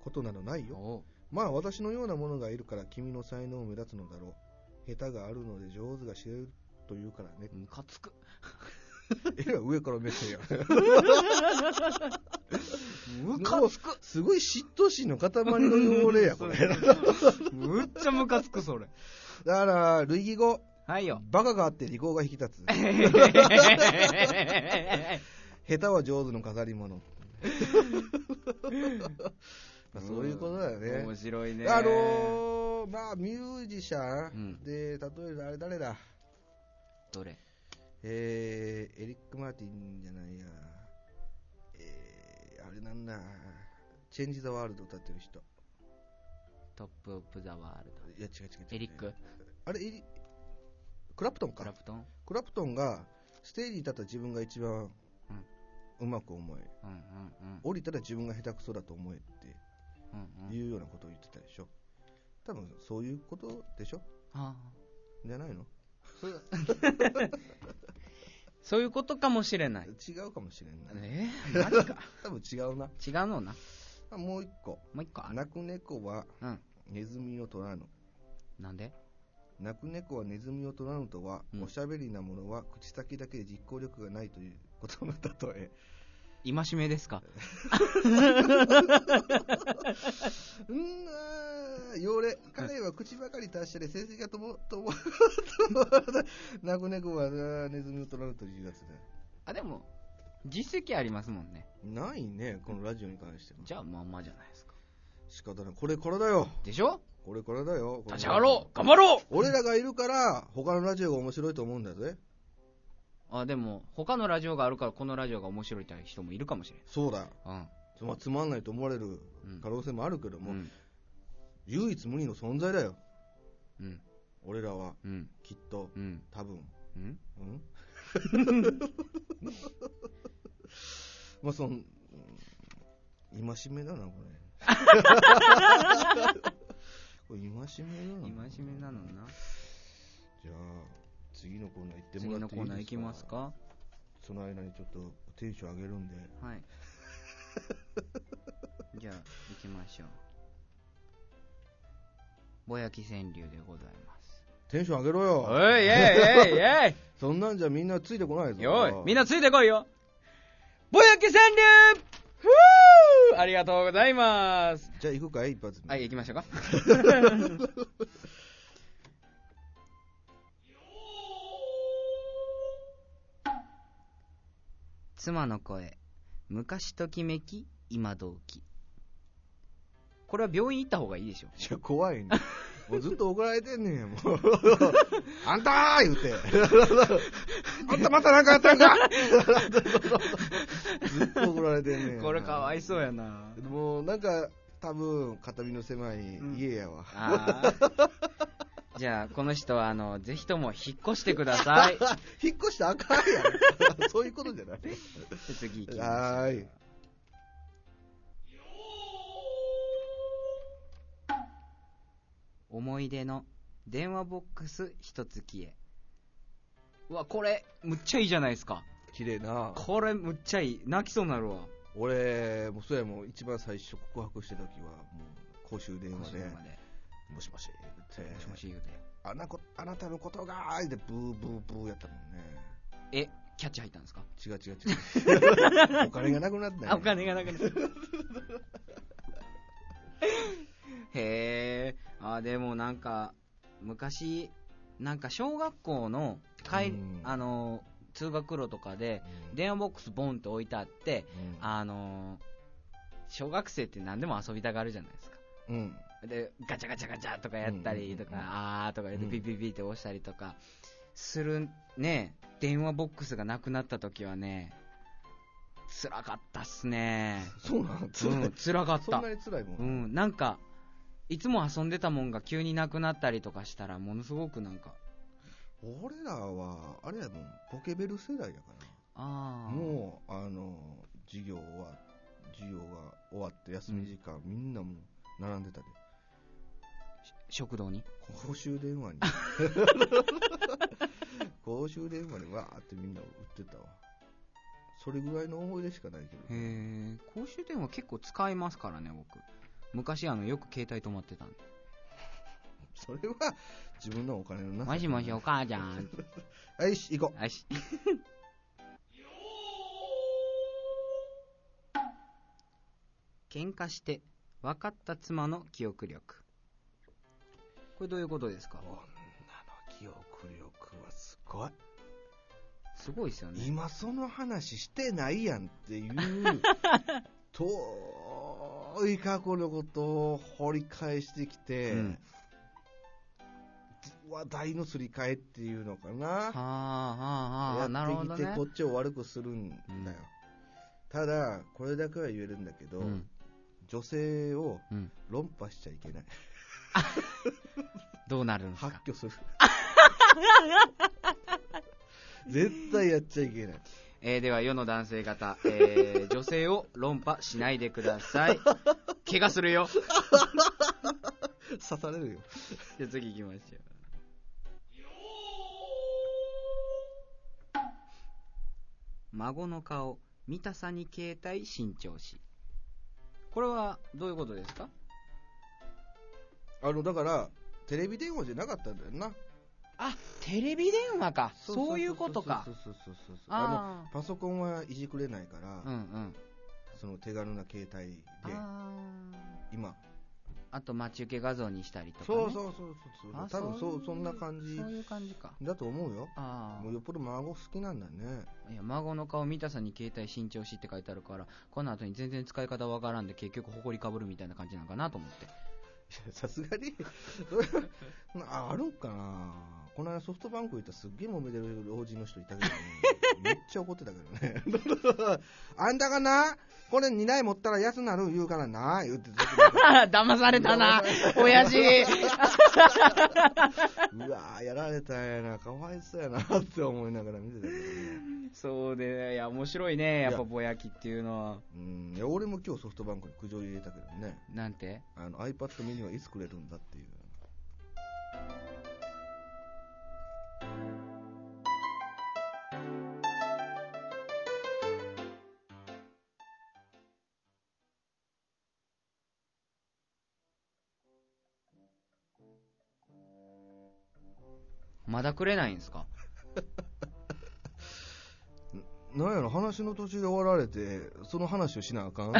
S3: ことなどないよ
S2: おう。
S3: まあ私のようなものがいるから君の才能も目立つのだろう下手があるので上手が知れると言うからね
S2: ムカつく。
S3: えらい上から目線 や
S2: ムカつく。
S3: すごい嫉妬心の塊の要領やこ れ だ
S2: むっちゃムカつく、それ。
S3: から類義語
S2: はい よ。
S3: バカがあって利口が引き立つ下手は上手の飾り物 まあそういうことだよね、
S2: 面白いね。
S3: あのー、まあ、ミュージシャ
S2: うん
S3: ンで、例えばあれ誰だ、
S2: どれ
S3: えー、エリック・マーティンじゃないや、えー、あれなんだ、チェンジ・ザ・ワールド歌ってる人。
S2: トップ・オブ・ザ・ワール
S3: いや、違う違う違
S2: ド。
S3: う。
S2: エリック・
S3: あれ、エリクラプトン
S2: クラ
S3: か。
S2: プトン
S3: クラプトンが、ステージに立ったら自分が一番うまく思え、
S2: うんうんうん
S3: 降りたら自分が下手くそだと思えっ
S2: うん
S3: て
S2: うん。
S3: いうようなことを言ってたでしょ。多分そういうことでしょ
S2: ああ
S3: じゃないの
S2: そういうことかもしれない。
S3: 違うかもしれない。
S2: えー、何か。
S3: 多分違うな。
S2: 違うのな。
S3: あもう一個。
S2: もう一個ある。
S3: 泣く猫は
S2: うん。
S3: ネズミを取らぬ。
S2: なんで
S3: 泣く猫はネズミを取らぬとは、
S2: うん
S3: おしゃべりなものは口先だけで実行力がないということの例え。
S2: 今しめですか
S3: うーんあー、よれ、彼は口ばかり達者で成績がとも、とも、 泣く猫はあーネズミを取らぬというやつだ。
S2: あ、でも、実績ありますもんね。
S3: ないね、このラジオに関しては。
S2: じゃあ、まんまじゃないですか。
S3: 仕方ない。これからだよ。
S2: でしょ
S3: これからだよ。
S2: 立ち上がろう頑張ろう
S3: 俺らがいるから、他のラジオが面白いと思うんだぜ。
S2: あ、でも、他のラジオがあるから、このラジオが面白いって人もいるかもしれ
S3: そうだ。
S2: ん。
S3: まあつまんないと思われる
S2: うん。
S3: 可能性もあるけど
S2: う
S3: も、
S2: ん。
S3: 唯一無二の存在だよ
S2: うん。
S3: 俺らは
S2: うん。
S3: きっと
S2: うん。
S3: 多分
S2: うん。
S3: うん まあその今しめだなこれ これ今しめだな
S2: 今しめなのな。
S3: じゃあ次のコーナー行っても
S2: 次
S3: ら
S2: の
S3: って
S2: コ
S3: いい
S2: ー
S3: ですか
S2: ナーいきますか
S3: その間にちょっとテンション上げるんで
S2: はい。 じゃあ、行きましょう。ぼやき川柳でございます。
S3: テンション上げろよ
S2: おい、イェイイェイイ
S3: そんなんじゃみんなついてこな い
S2: ェ
S3: ぞ
S2: イよいみん
S3: な
S2: なついてこいよぼやき川 柳ふぅありがとうございます
S3: じゃあ行くかい一発目
S2: はい、行きましょうか。妻の声、昔ときめき、今どうき。これは病院行った方がいいでしょ。
S3: いや怖いねもうずっと怒られてんねん、 もう。あんたー言うて。あんたまたなんかやったんかずっと怒られてんねん。
S2: これかわいそうやな。
S3: もうなんか、多分片身の狭い家やわ。
S2: あーじゃあ、この人は、あの、ぜひとも引っ越してください。
S3: 引っ越したらあかんやん。 そういうことじゃない。
S2: 次行きましょう
S3: はーい。
S2: 思い出の電話ボックス一つ消えうわこれむっちゃいいじゃないですか
S3: 綺麗な。
S2: これむっちゃいい泣きそうになるわ
S3: 俺、もうそれもう一番最初告白した時は、もう公衆電
S2: 今
S3: 話
S2: 週
S3: で、
S2: まで
S3: もしもし言って
S2: もしもし言う
S3: あなこ、あなたのことがーってブーブーブーやったもんね。
S2: てえキャッチ入ったんですか
S3: 違う違う 違う。お金がなくなったんや
S2: あお金がなくなった へえあでもなんか昔なんか小学校の帰り
S3: うん
S2: あの通学路とかで
S3: うん
S2: 電話ボックスボンって置いてあって、
S3: うん
S2: あの小学生って何でも遊びたがるじゃないですか。
S3: うん。
S2: で、ガチャガチャガチャとかやったりとか、
S3: うんうんうん
S2: あーとか言って
S3: うん
S2: ピッピッピッって押したりとか、するね、電話ボックスがなくなった時はね、辛かったっすね。
S3: そうなん
S2: う
S3: 辛い
S2: ん、辛かっ
S3: そ
S2: た
S3: んな。に辛いもん。
S2: うん、なんか、いつも遊んでたもんが急になくなったりとかしたら、ものすごくなんか、
S3: 俺らは、あれやもん、ポケベル世代やから。
S2: あー。
S3: もう、あの、授業は、授業が終わって休み時間、みんなもう、並んでたで。
S2: 食堂に。
S3: 公衆電 話に。公衆電話にわーってみんな売ってたわ。それぐらいの思い出しかないけど。
S2: へえ、公衆電話結構使いますからね、僕。昔、あの、よく携帯止まってたんで。
S3: それは、自分のお金のなさ。
S2: もしもし、お母ちゃん。
S3: はい、し行こう。
S2: よし。喧嘩して、分かった妻の記憶力。これどういうことですか
S3: 女の記憶力はすごい。
S2: すごいですよね。
S3: 今その話してないやんっていう、 遠い過去のことを掘り返してきて、
S2: うん
S3: 話題のすり替えっていうのかな。
S2: はあ、はあ、はあ、なる
S3: や
S2: ほ
S3: って
S2: ど
S3: きて
S2: ね
S3: こ。っちを悪くするんだよ、
S2: うん
S3: ただこれだけは言えるんだけど、
S2: うん。
S3: 女性を
S2: うん。
S3: 論破しちゃいけない
S2: どうなるんです
S3: 発
S2: か
S3: 狂する絶対やっちゃいけない
S2: えーでは、世の男性方、えー女性を論破しないでくださ い。怪我するよ。
S3: 刺されるよ
S2: じゃあ次行きましょう。孫の顔、見たさに携帯新調し。これはどういうことですか
S3: あのだからテレビ電話じゃなかったんだよな
S2: あ、テレビ電話か。そういうことか
S3: そ。うそうそうそうそうあ
S2: あ
S3: のパソコンはいじくれないから、
S2: あ。うんうん。
S3: その手軽な携帯で
S2: あ
S3: 今
S2: ーあと待ち受け画像にしたりとか、ね。
S3: そうそうそうそう
S2: あ
S3: そう多分そう
S2: い
S3: そんな感じ
S2: そういう感じか。
S3: だと思うよ
S2: あ
S3: もうよっぽど孫好きなんだね。
S2: あ。いや、孫の顔見たさに携帯新調しって書いてあるから、この後に全然使い方わからんで結局埃かぶるみたいな感じなのかなと思って。
S3: さすがに、それああるんかなこの間ソフトバンク行ったらすっげえ揉めてる老人の人いたけどね。めっちゃ怒ってたけどね。 あんたがな、これ2台持ったら安なる言うからな、言ってずっと見て
S2: あ 騙された な、親父。
S3: た。うわーやられたんやな、かわいそうやなって思いながら見てたけどね。
S2: そうで、いや、面白いね、やっ
S3: い
S2: ぱ
S3: や
S2: ぼやきっていうのは。
S3: うん、いや俺も今日ソフトバンクに苦情入れたけどね。
S2: なんて
S3: あの iPad mini はいつくれるんだっていう。
S2: まだくれないんですか
S3: なんやろ、話の途中で終わられて、その話をしなあかん。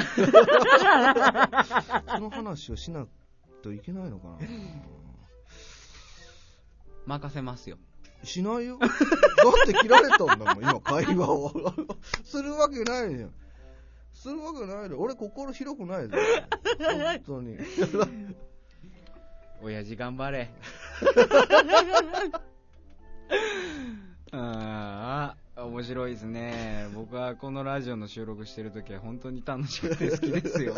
S3: その話をしなといけないのかな。
S2: 任せますよ。
S3: しないよ。だって切られたんだもん、今、会話を。するわけないじゃん。するわけないで。俺、心広くないで。本当に。
S2: 親父頑張 れ。あーあ、面白いですね。僕はこのラジオの収録してるときは本当に楽しくて好きです よ。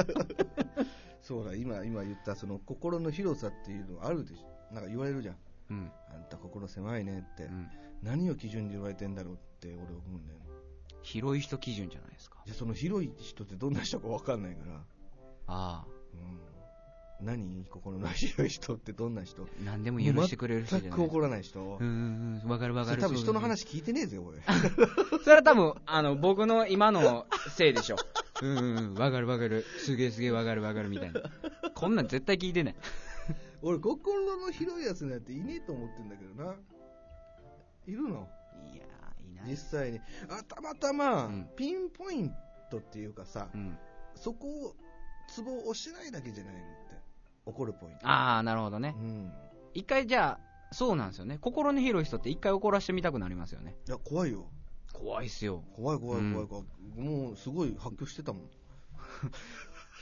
S3: そうだ、今、今言った、その心の広さっていうのあるでしょ。なんか言われるじゃん。
S2: うん。
S3: あんた心狭いねって。
S2: うん
S3: 何を基準で言われてんだろうって俺思うんだよね。
S2: 広い人基準じゃないですか。
S3: じゃあその広い人ってどんな人かわかんないから。
S2: あ
S3: うん。何心の広い人ってどんな人
S2: あ、何でも許してくれる人じゃ
S3: 全
S2: ない
S3: く
S2: です
S3: 怒
S2: か。
S3: らない人。
S2: うんうんうん、わかるわ
S3: そ
S2: か
S3: れ
S2: る。
S3: 多分人の
S2: そう
S3: 話聞いてねえぜ、俺。
S2: そうそれは多分、あの、僕の今のせいでしょ。うんうんうん、わかるわかる。すげえすげえわかるわかるみたいな。こんなん絶対聞いてない。
S3: 俺、心の広いやつなんていねえと思ってんだけどな。いるの
S2: いやー、いな
S3: 実。際に。あ、たまたま
S2: うん、
S3: ピンポイントっていうかさ、
S2: うん。
S3: そこを、ツボを押してないだけじゃないのって。怒るポイント。
S2: ああ、なるほどね
S3: う。ん。
S2: 一回じゃあ、そうなんですよね。心の広い人って一回怒らしてみたくなりますよね。
S3: いや、怖いよ。
S2: 怖いっすよ。
S3: 怖い怖い怖い怖い。もう、すごい発狂してたもん。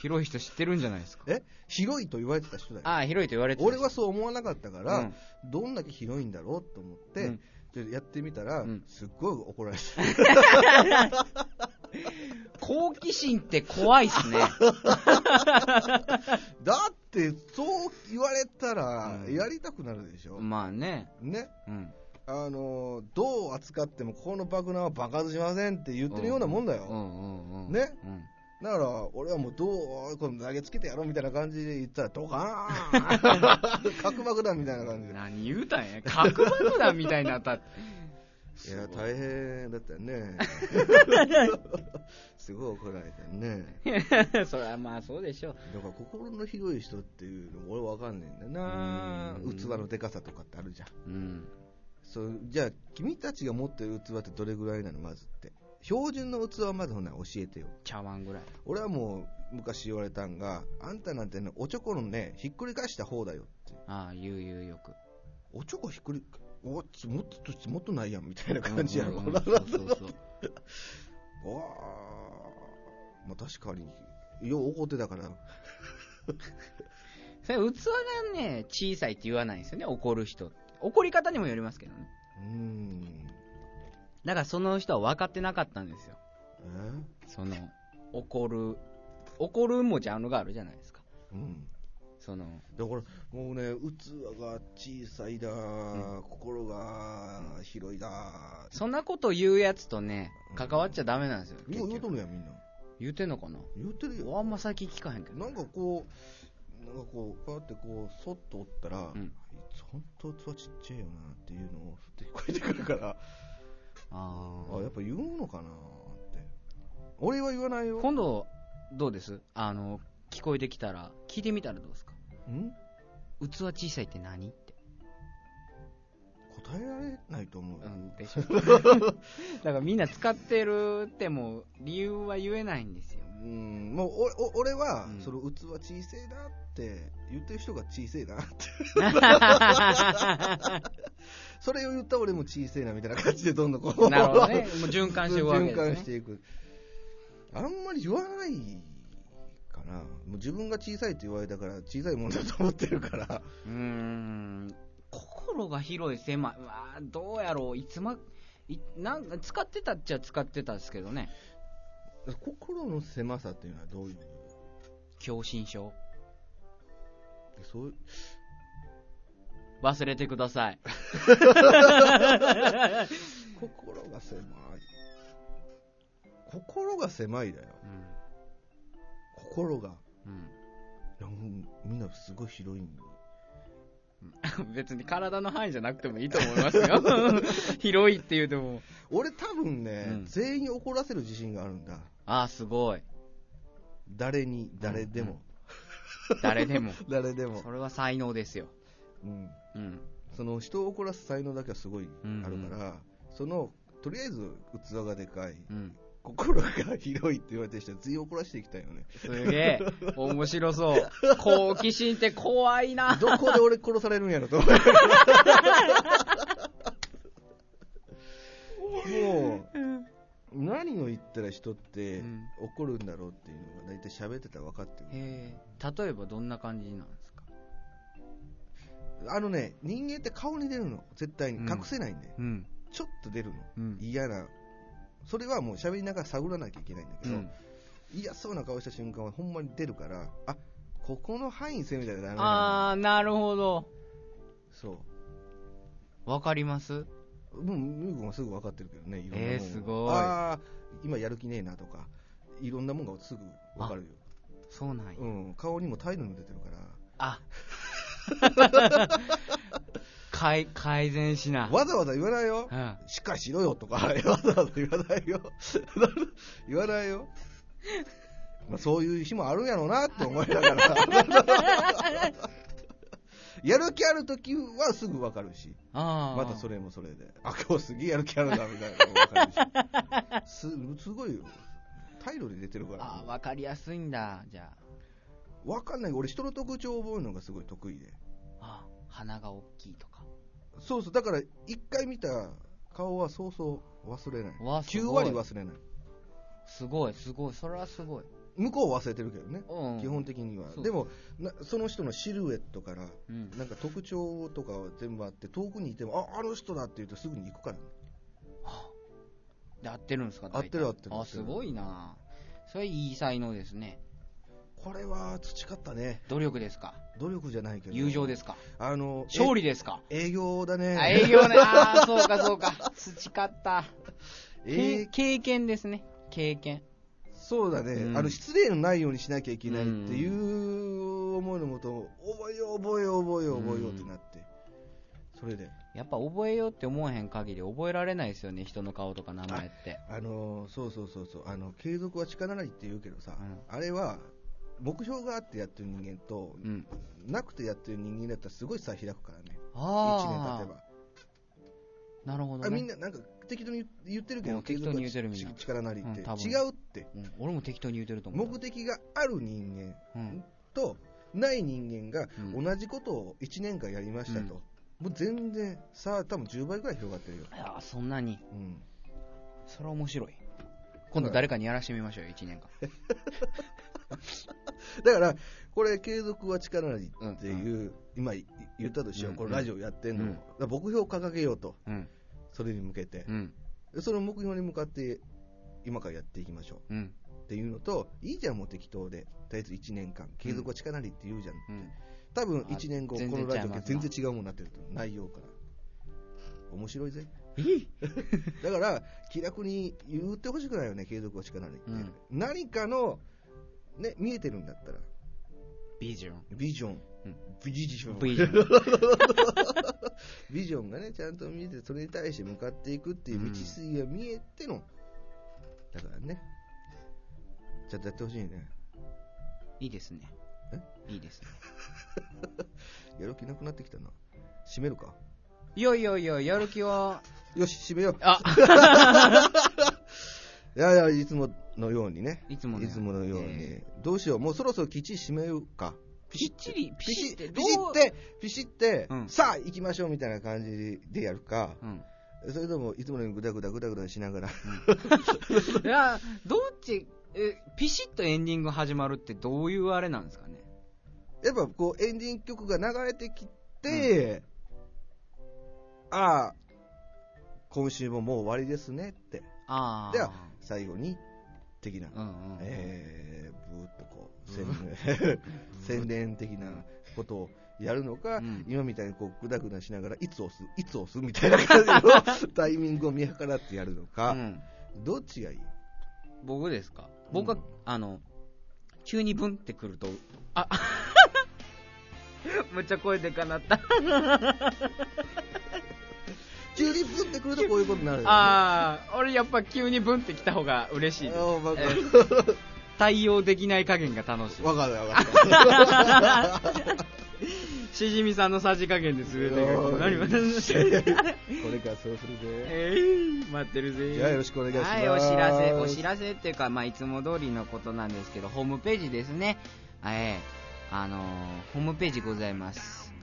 S2: 広い人知ってるんじゃないですか。
S3: え広いと言われてた人だよ。
S2: ああ、広いと言われてた
S3: 俺はそう思わなかったから、
S2: うん
S3: どんだけ広いんだろうと思って、
S2: うん
S3: ちょっとやってみたら、
S2: うん
S3: すっごい怒られて
S2: 好奇心って怖いっすね。
S3: だって、そう言われたら
S2: う、ん
S3: やりたくなるでしょ。
S2: まあね。
S3: ね。
S2: うん。
S3: あのー、どう扱っても、ここの爆弾は爆発しませんって言ってるようなもんだ
S2: う
S3: よ。
S2: んうんうん。
S3: ね
S2: うん。
S3: だから、俺はもう、どう、この投げつけてやろうみたいな感じで言ったら、ドカーン 核爆弾みたいな感じで。
S2: 何言うたんや核爆弾みたいになった
S3: いや、大変だった よね。すごい怒られたよね。
S2: 変 それはまあそうでしょう
S3: だから心の広い人っていうの俺わかんねえんだよな
S2: うん
S3: 器のでかさとかってあるじゃん
S2: うん
S3: そうじゃあ君たちが持ってる器ってどれぐらいなのまずって標準の器をまずほな教えてよ
S2: 茶碗ぐらい
S3: 俺はもう昔言われたんがあんたなんてねおちょこのねひっくり返した方だよって
S2: ああ言う言うよく
S3: おちょこひっくりおちもっともっとないやんみたいな感じやろ、
S2: うんうん
S3: う
S2: うん
S3: あ
S2: そうそうそう
S3: まあ確かによう怒ってたから
S2: それ器がね小さいって言わないんですよね怒る人って怒り方にもよりますけどね
S3: うん
S2: だからその人は分かってなかったんですよ
S3: え
S2: その怒る怒るもジャンルがあるじゃないですか
S3: うん
S2: その
S3: だからもうね器が小さいだ、心が広いだ
S2: そんなこと言うやつとね関わっちゃダメなんですよ
S3: みんな言う
S2: 結
S3: と
S2: 局
S3: るやんみんな
S2: 言うてんのかな
S3: 言うてるよ
S2: あんま最近聞かへんけど
S3: なんかこうなんかこうこうやってこうそっとおったら、
S2: うん
S3: あいつ本当器ちっちゃいよなっていうのをふって聞こえてくるから
S2: ああ
S3: あやっぱ言うのかなって俺は言わないよ
S2: 今度どうですあの聞こえてきたら聞いてみたらどうですか
S3: ん
S2: 器小さいって何って、
S3: 答えられないと思うよ、
S2: ん、 でしょだからみんな使ってるっても理由は言えないんですよ
S3: うんもうおお俺は、
S2: うん
S3: その器小せえなって言ってる人が小せえなって それを言った俺も小せえなみたいな感じでどんどんこう
S2: なるほどねもう循環していくわけですね
S3: 循環していくあんまり言わないかなもう自分が小さいって言われたから小さいもんだと思ってるから
S2: う ーん心が広い狭いうわーどうやろういつまいなんか使ってたっちゃ使ってたんですけどね
S3: 心の狭さっていうのはどういう
S2: 狭心症
S3: そういう
S2: 忘れてください
S3: 心が狭い心が狭いだよ
S2: うん、
S3: 心が
S2: うん
S3: いやもうみんなすごい広いんだよ
S2: 別に体の範囲じゃなくてもいいと思います よ。広いって言うても。
S3: 俺多分ね、
S2: うん
S3: 全員怒らせる自信があるんだ
S2: ああ、すごい。
S3: 誰に誰でも、
S2: 誰でも。
S3: 誰でも
S2: そ、れは才能ですよ。
S3: うん、
S2: うん。
S3: その人を怒らす才能だけはすごい
S2: うんうん
S3: あるから、そのとりあえず器がでかい
S2: うん。
S3: 心が広いって言われてる人は全員怒らせていきたいよね
S2: すげえ。面白そう。好奇心って怖いな。
S3: どこで俺殺されるんや ろと思うもう何を言ったら人って
S2: うん
S3: 怒るんだろうっていうのが大体喋ってたら分かってる
S2: へえ。例えばどんな感じなんですか
S3: あのね、人間って顔に出るの、絶対に。
S2: うん
S3: 隠せないんで。
S2: うん。
S3: ちょっと出るの。
S2: うん。
S3: 嫌な。それはもう喋りながら探らなきゃいけないんだけ
S2: う
S3: ど、
S2: ん。
S3: 嫌そうな顔した瞬間はほんまに出るから、あ、ここの範囲攻めたらダメなの
S2: あー、なるほど。
S3: そ
S2: わかります
S3: う。もう、ムー君はすぐ分かってるけどね、いろんなもん
S2: えーすごい
S3: ああ、今やる気ねえなとか、いろんなもんがすぐ分かるよ。
S2: そうなんや。
S3: うん、顔にも態度にも出てるから、
S2: あ。改、改善しな。
S3: わざわざ言わないよ
S2: う。ん。
S3: しっかりしろよとか、 わざわざ言わないよ。 言わないよ。まあ、そういう日もあるんやろうなって思いながら。 やる気あるときはすぐわかるし、
S2: ああ。
S3: またそ
S2: れ。
S3: れもそれで、あ、今日すげえやる気あるなみたいなのもわかるし。すすごいよ。態度で出てるか
S2: あー、
S3: ら。
S2: わかりやすいんだ。じゃ
S3: わかんない。俺人の特徴を覚えるのがすごい得意で。
S2: あ。あ鼻が大きいとか。
S3: そうそう。だから一回見た顔はそうそう忘れない。
S2: わす
S3: 9
S2: ごい
S3: 割忘れない。
S2: すごい、すごい。それはすごい。
S3: 向こうは忘れてるけどね。
S2: うん。
S3: 基本的には、
S2: そう
S3: でもなその人のシルエットから
S2: うん。
S3: なんか特徴とかは全部あって遠くにいてもああの人だって言うとすぐに行くからね
S2: はあで合ってるんですか
S3: 合ってる
S2: 大体
S3: 合ってる合
S2: あ
S3: ってる
S2: すごいなそれいい才能ですね
S3: これは培ったね
S2: 努力ですか
S3: 努力じゃないけど
S2: 友情ですすか
S3: あの
S2: 勝利ですか
S3: え営業だ
S2: あ
S3: ね
S2: 営業ねああそうかそう か培った、け
S3: えー
S2: 経験ですね経験
S3: そうだね、
S2: うん
S3: あの失礼のないようにしなきゃいけないっていう思いのもと覚えよう覚えよう覚えよう覚えようってなって、それで
S2: やっぱ覚えようって思わへん限り覚えられないですよね人の顔とか名前って
S3: あのそうそうそうそうあの継続は力なりって言うけどさ、
S2: うん
S3: あれは目標があってやってる人間と
S2: うん
S3: なくてやってる人間だったらすごい差開くからね、1
S2: あ
S3: 年経
S2: あ
S3: てば。
S2: なるほど
S3: あみん
S2: ね、
S3: ななんか適当に言ってるけ
S2: う
S3: ど、
S2: ん適当に言うてる
S3: 継続は
S2: みんな
S3: 力なりって、
S2: うん多分
S3: 違うって、
S2: うん、俺も適当に言うてると思う
S3: 目的がある人間
S2: うん
S3: とない人間が
S2: うん
S3: 同じことを1年間やりましたと、もう全然、さあ、多分10倍ぐらい広がってるよ。
S2: いやーそんなに
S3: うん
S2: それは面白い今度誰かにやらしてみましょうよ1年間
S3: だから、これ、継続は力なりっていう、今い言ったとしよう、
S2: うん
S3: このラジオやってんの、
S2: うん
S3: だから目標を掲げようと、
S2: うん
S3: それに向けて
S2: う、ん
S3: でその目標に向かって、今からやっていきましょ
S2: うん
S3: うっていうのと、いいじゃん、もう適当で、とりあえず1年間、継続は力なりって言うじゃん、
S2: うん
S3: 多分
S2: あ
S3: 1年後、
S2: 全
S3: こ
S2: 然
S3: のラジオって
S2: ちゃい
S3: 全
S2: ますな
S3: 然違うものになってると思う、内容から。面白 いぜ。だから、気楽に言ってほしくないよね、継続は力なりって。
S2: うん
S3: 何かの、ね、見えてるんだったら、
S2: ビジョン
S3: ビジョン
S2: うん。
S3: ビジョン。
S2: ビジ ョン
S3: ビジョンがね、ちゃんと見えて、それに対して向かっていくっていう道筋が見えての、だからね、ちゃんとやってほしいね。
S2: いいですねいいですね
S3: やる気なくなってきたな。閉めるか。
S2: いやいやいややる気は
S3: よし、閉めよ う。
S2: あ
S3: いやいや、いつものようにね。
S2: いつも
S3: いつものように。どうしよう、もうそろそろ基地閉めようか。
S2: ピシッチリピ
S3: ピシ
S2: シッ
S3: ッ
S2: て
S3: て、
S2: ど
S3: ピ
S2: う
S3: シッて、ピシッて
S2: うん
S3: さあ行きましょうみたいな感じでやるか、
S2: うん
S3: それともいつものようにぐだぐだぐだぐだしながら、
S2: いやどっちえピシッとエンディング始まるってどういうあれなんですかね
S3: やっぱこうエンディング曲が流れてきて、ああ、今週ももう終わりですねって、
S2: ああ
S3: では最後に、的な、
S2: うんうん
S3: えー、ぶーっとこう、宣伝 宣伝的なことをやるのか、
S2: うん
S3: 今みたいにこう、ぐだぐだしながら、いつ押す、いつ押すみたいな感じの タイミングを見計らってやるの
S2: う
S3: か、
S2: ん
S3: どっちがいい
S2: 僕ですか僕は
S3: うん
S2: あの急にブンってくるとあ むっちゃ声でかなった
S3: 急にブンってくるとこういうことになるよね。
S2: ああ俺やっぱ急にブンってきた方が嬉しいです
S3: あーわか
S2: え
S3: る。
S2: 対応できない加減が楽しい
S3: わかるわかる。
S2: しじみさんのさじ加減で全てがなります
S3: これからそうするぜ。
S2: えー、待ってるぜ
S3: じゃあよろしくお願いします
S2: はいお知らせお知らせっていうか、まあ、いつも通りのことなんですけどホームページですねえーあのーホームページございます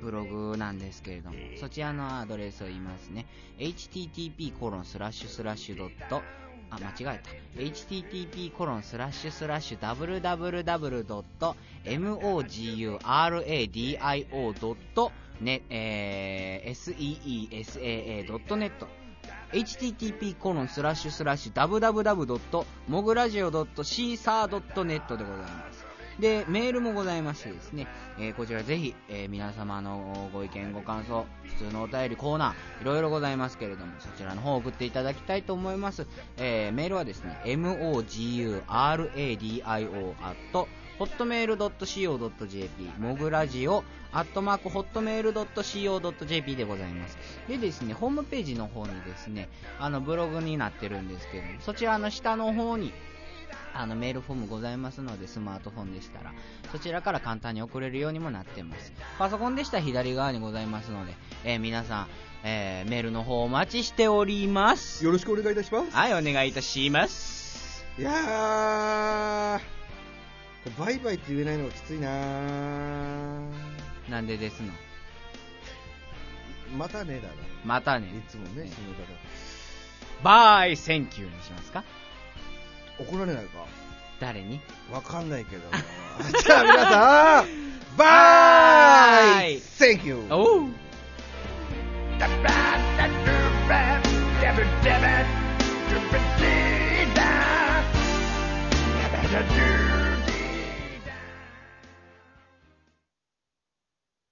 S2: ブログなんですけれどもそちらのアドレスを言いますね http コロンスラッシュスラッシュドットあ、間違えた。http コロンスラッシュスラッシュ www.moguradio.net、えー、seesaa.net http コロンスラッシュスラッシュ www.mogradio.caesar.net でございます。で、メールもございましてですね、えーこちらぜひ、えー皆様のご意見、ご感想、普通のお便り、コーナー、いろいろございますけれども、そちらの方送っていただきたいと思います。えーメールはですね、moguradio@ ホットメール .co.jp、もぐラジオ、アットマーク、ホットメール .co.jp でございます。でですね、ホームページの方にですね、あの、ブログになってるんですけども、そちらの下の方に、あのメールフォームございますのでスマートフォンでしたらそちらから簡単に送れるようにもなってますパソコンでしたら左側にございますので、えー皆さん、えーメールの方お待ちしております
S3: よろしくお願いいたします。
S2: はいお願いいたします
S3: いやー、これバイバイって言えないのがきついなー
S2: なんでですの
S3: またねだ
S2: また
S3: な。い
S2: ね
S3: つもね、死ぬ
S4: バイセンキューにしますか
S3: 方。怒られないか
S2: 誰に
S3: わかんないけど。 じゃあ皆さん、バイ !Thank you!
S4: おう
S5: 「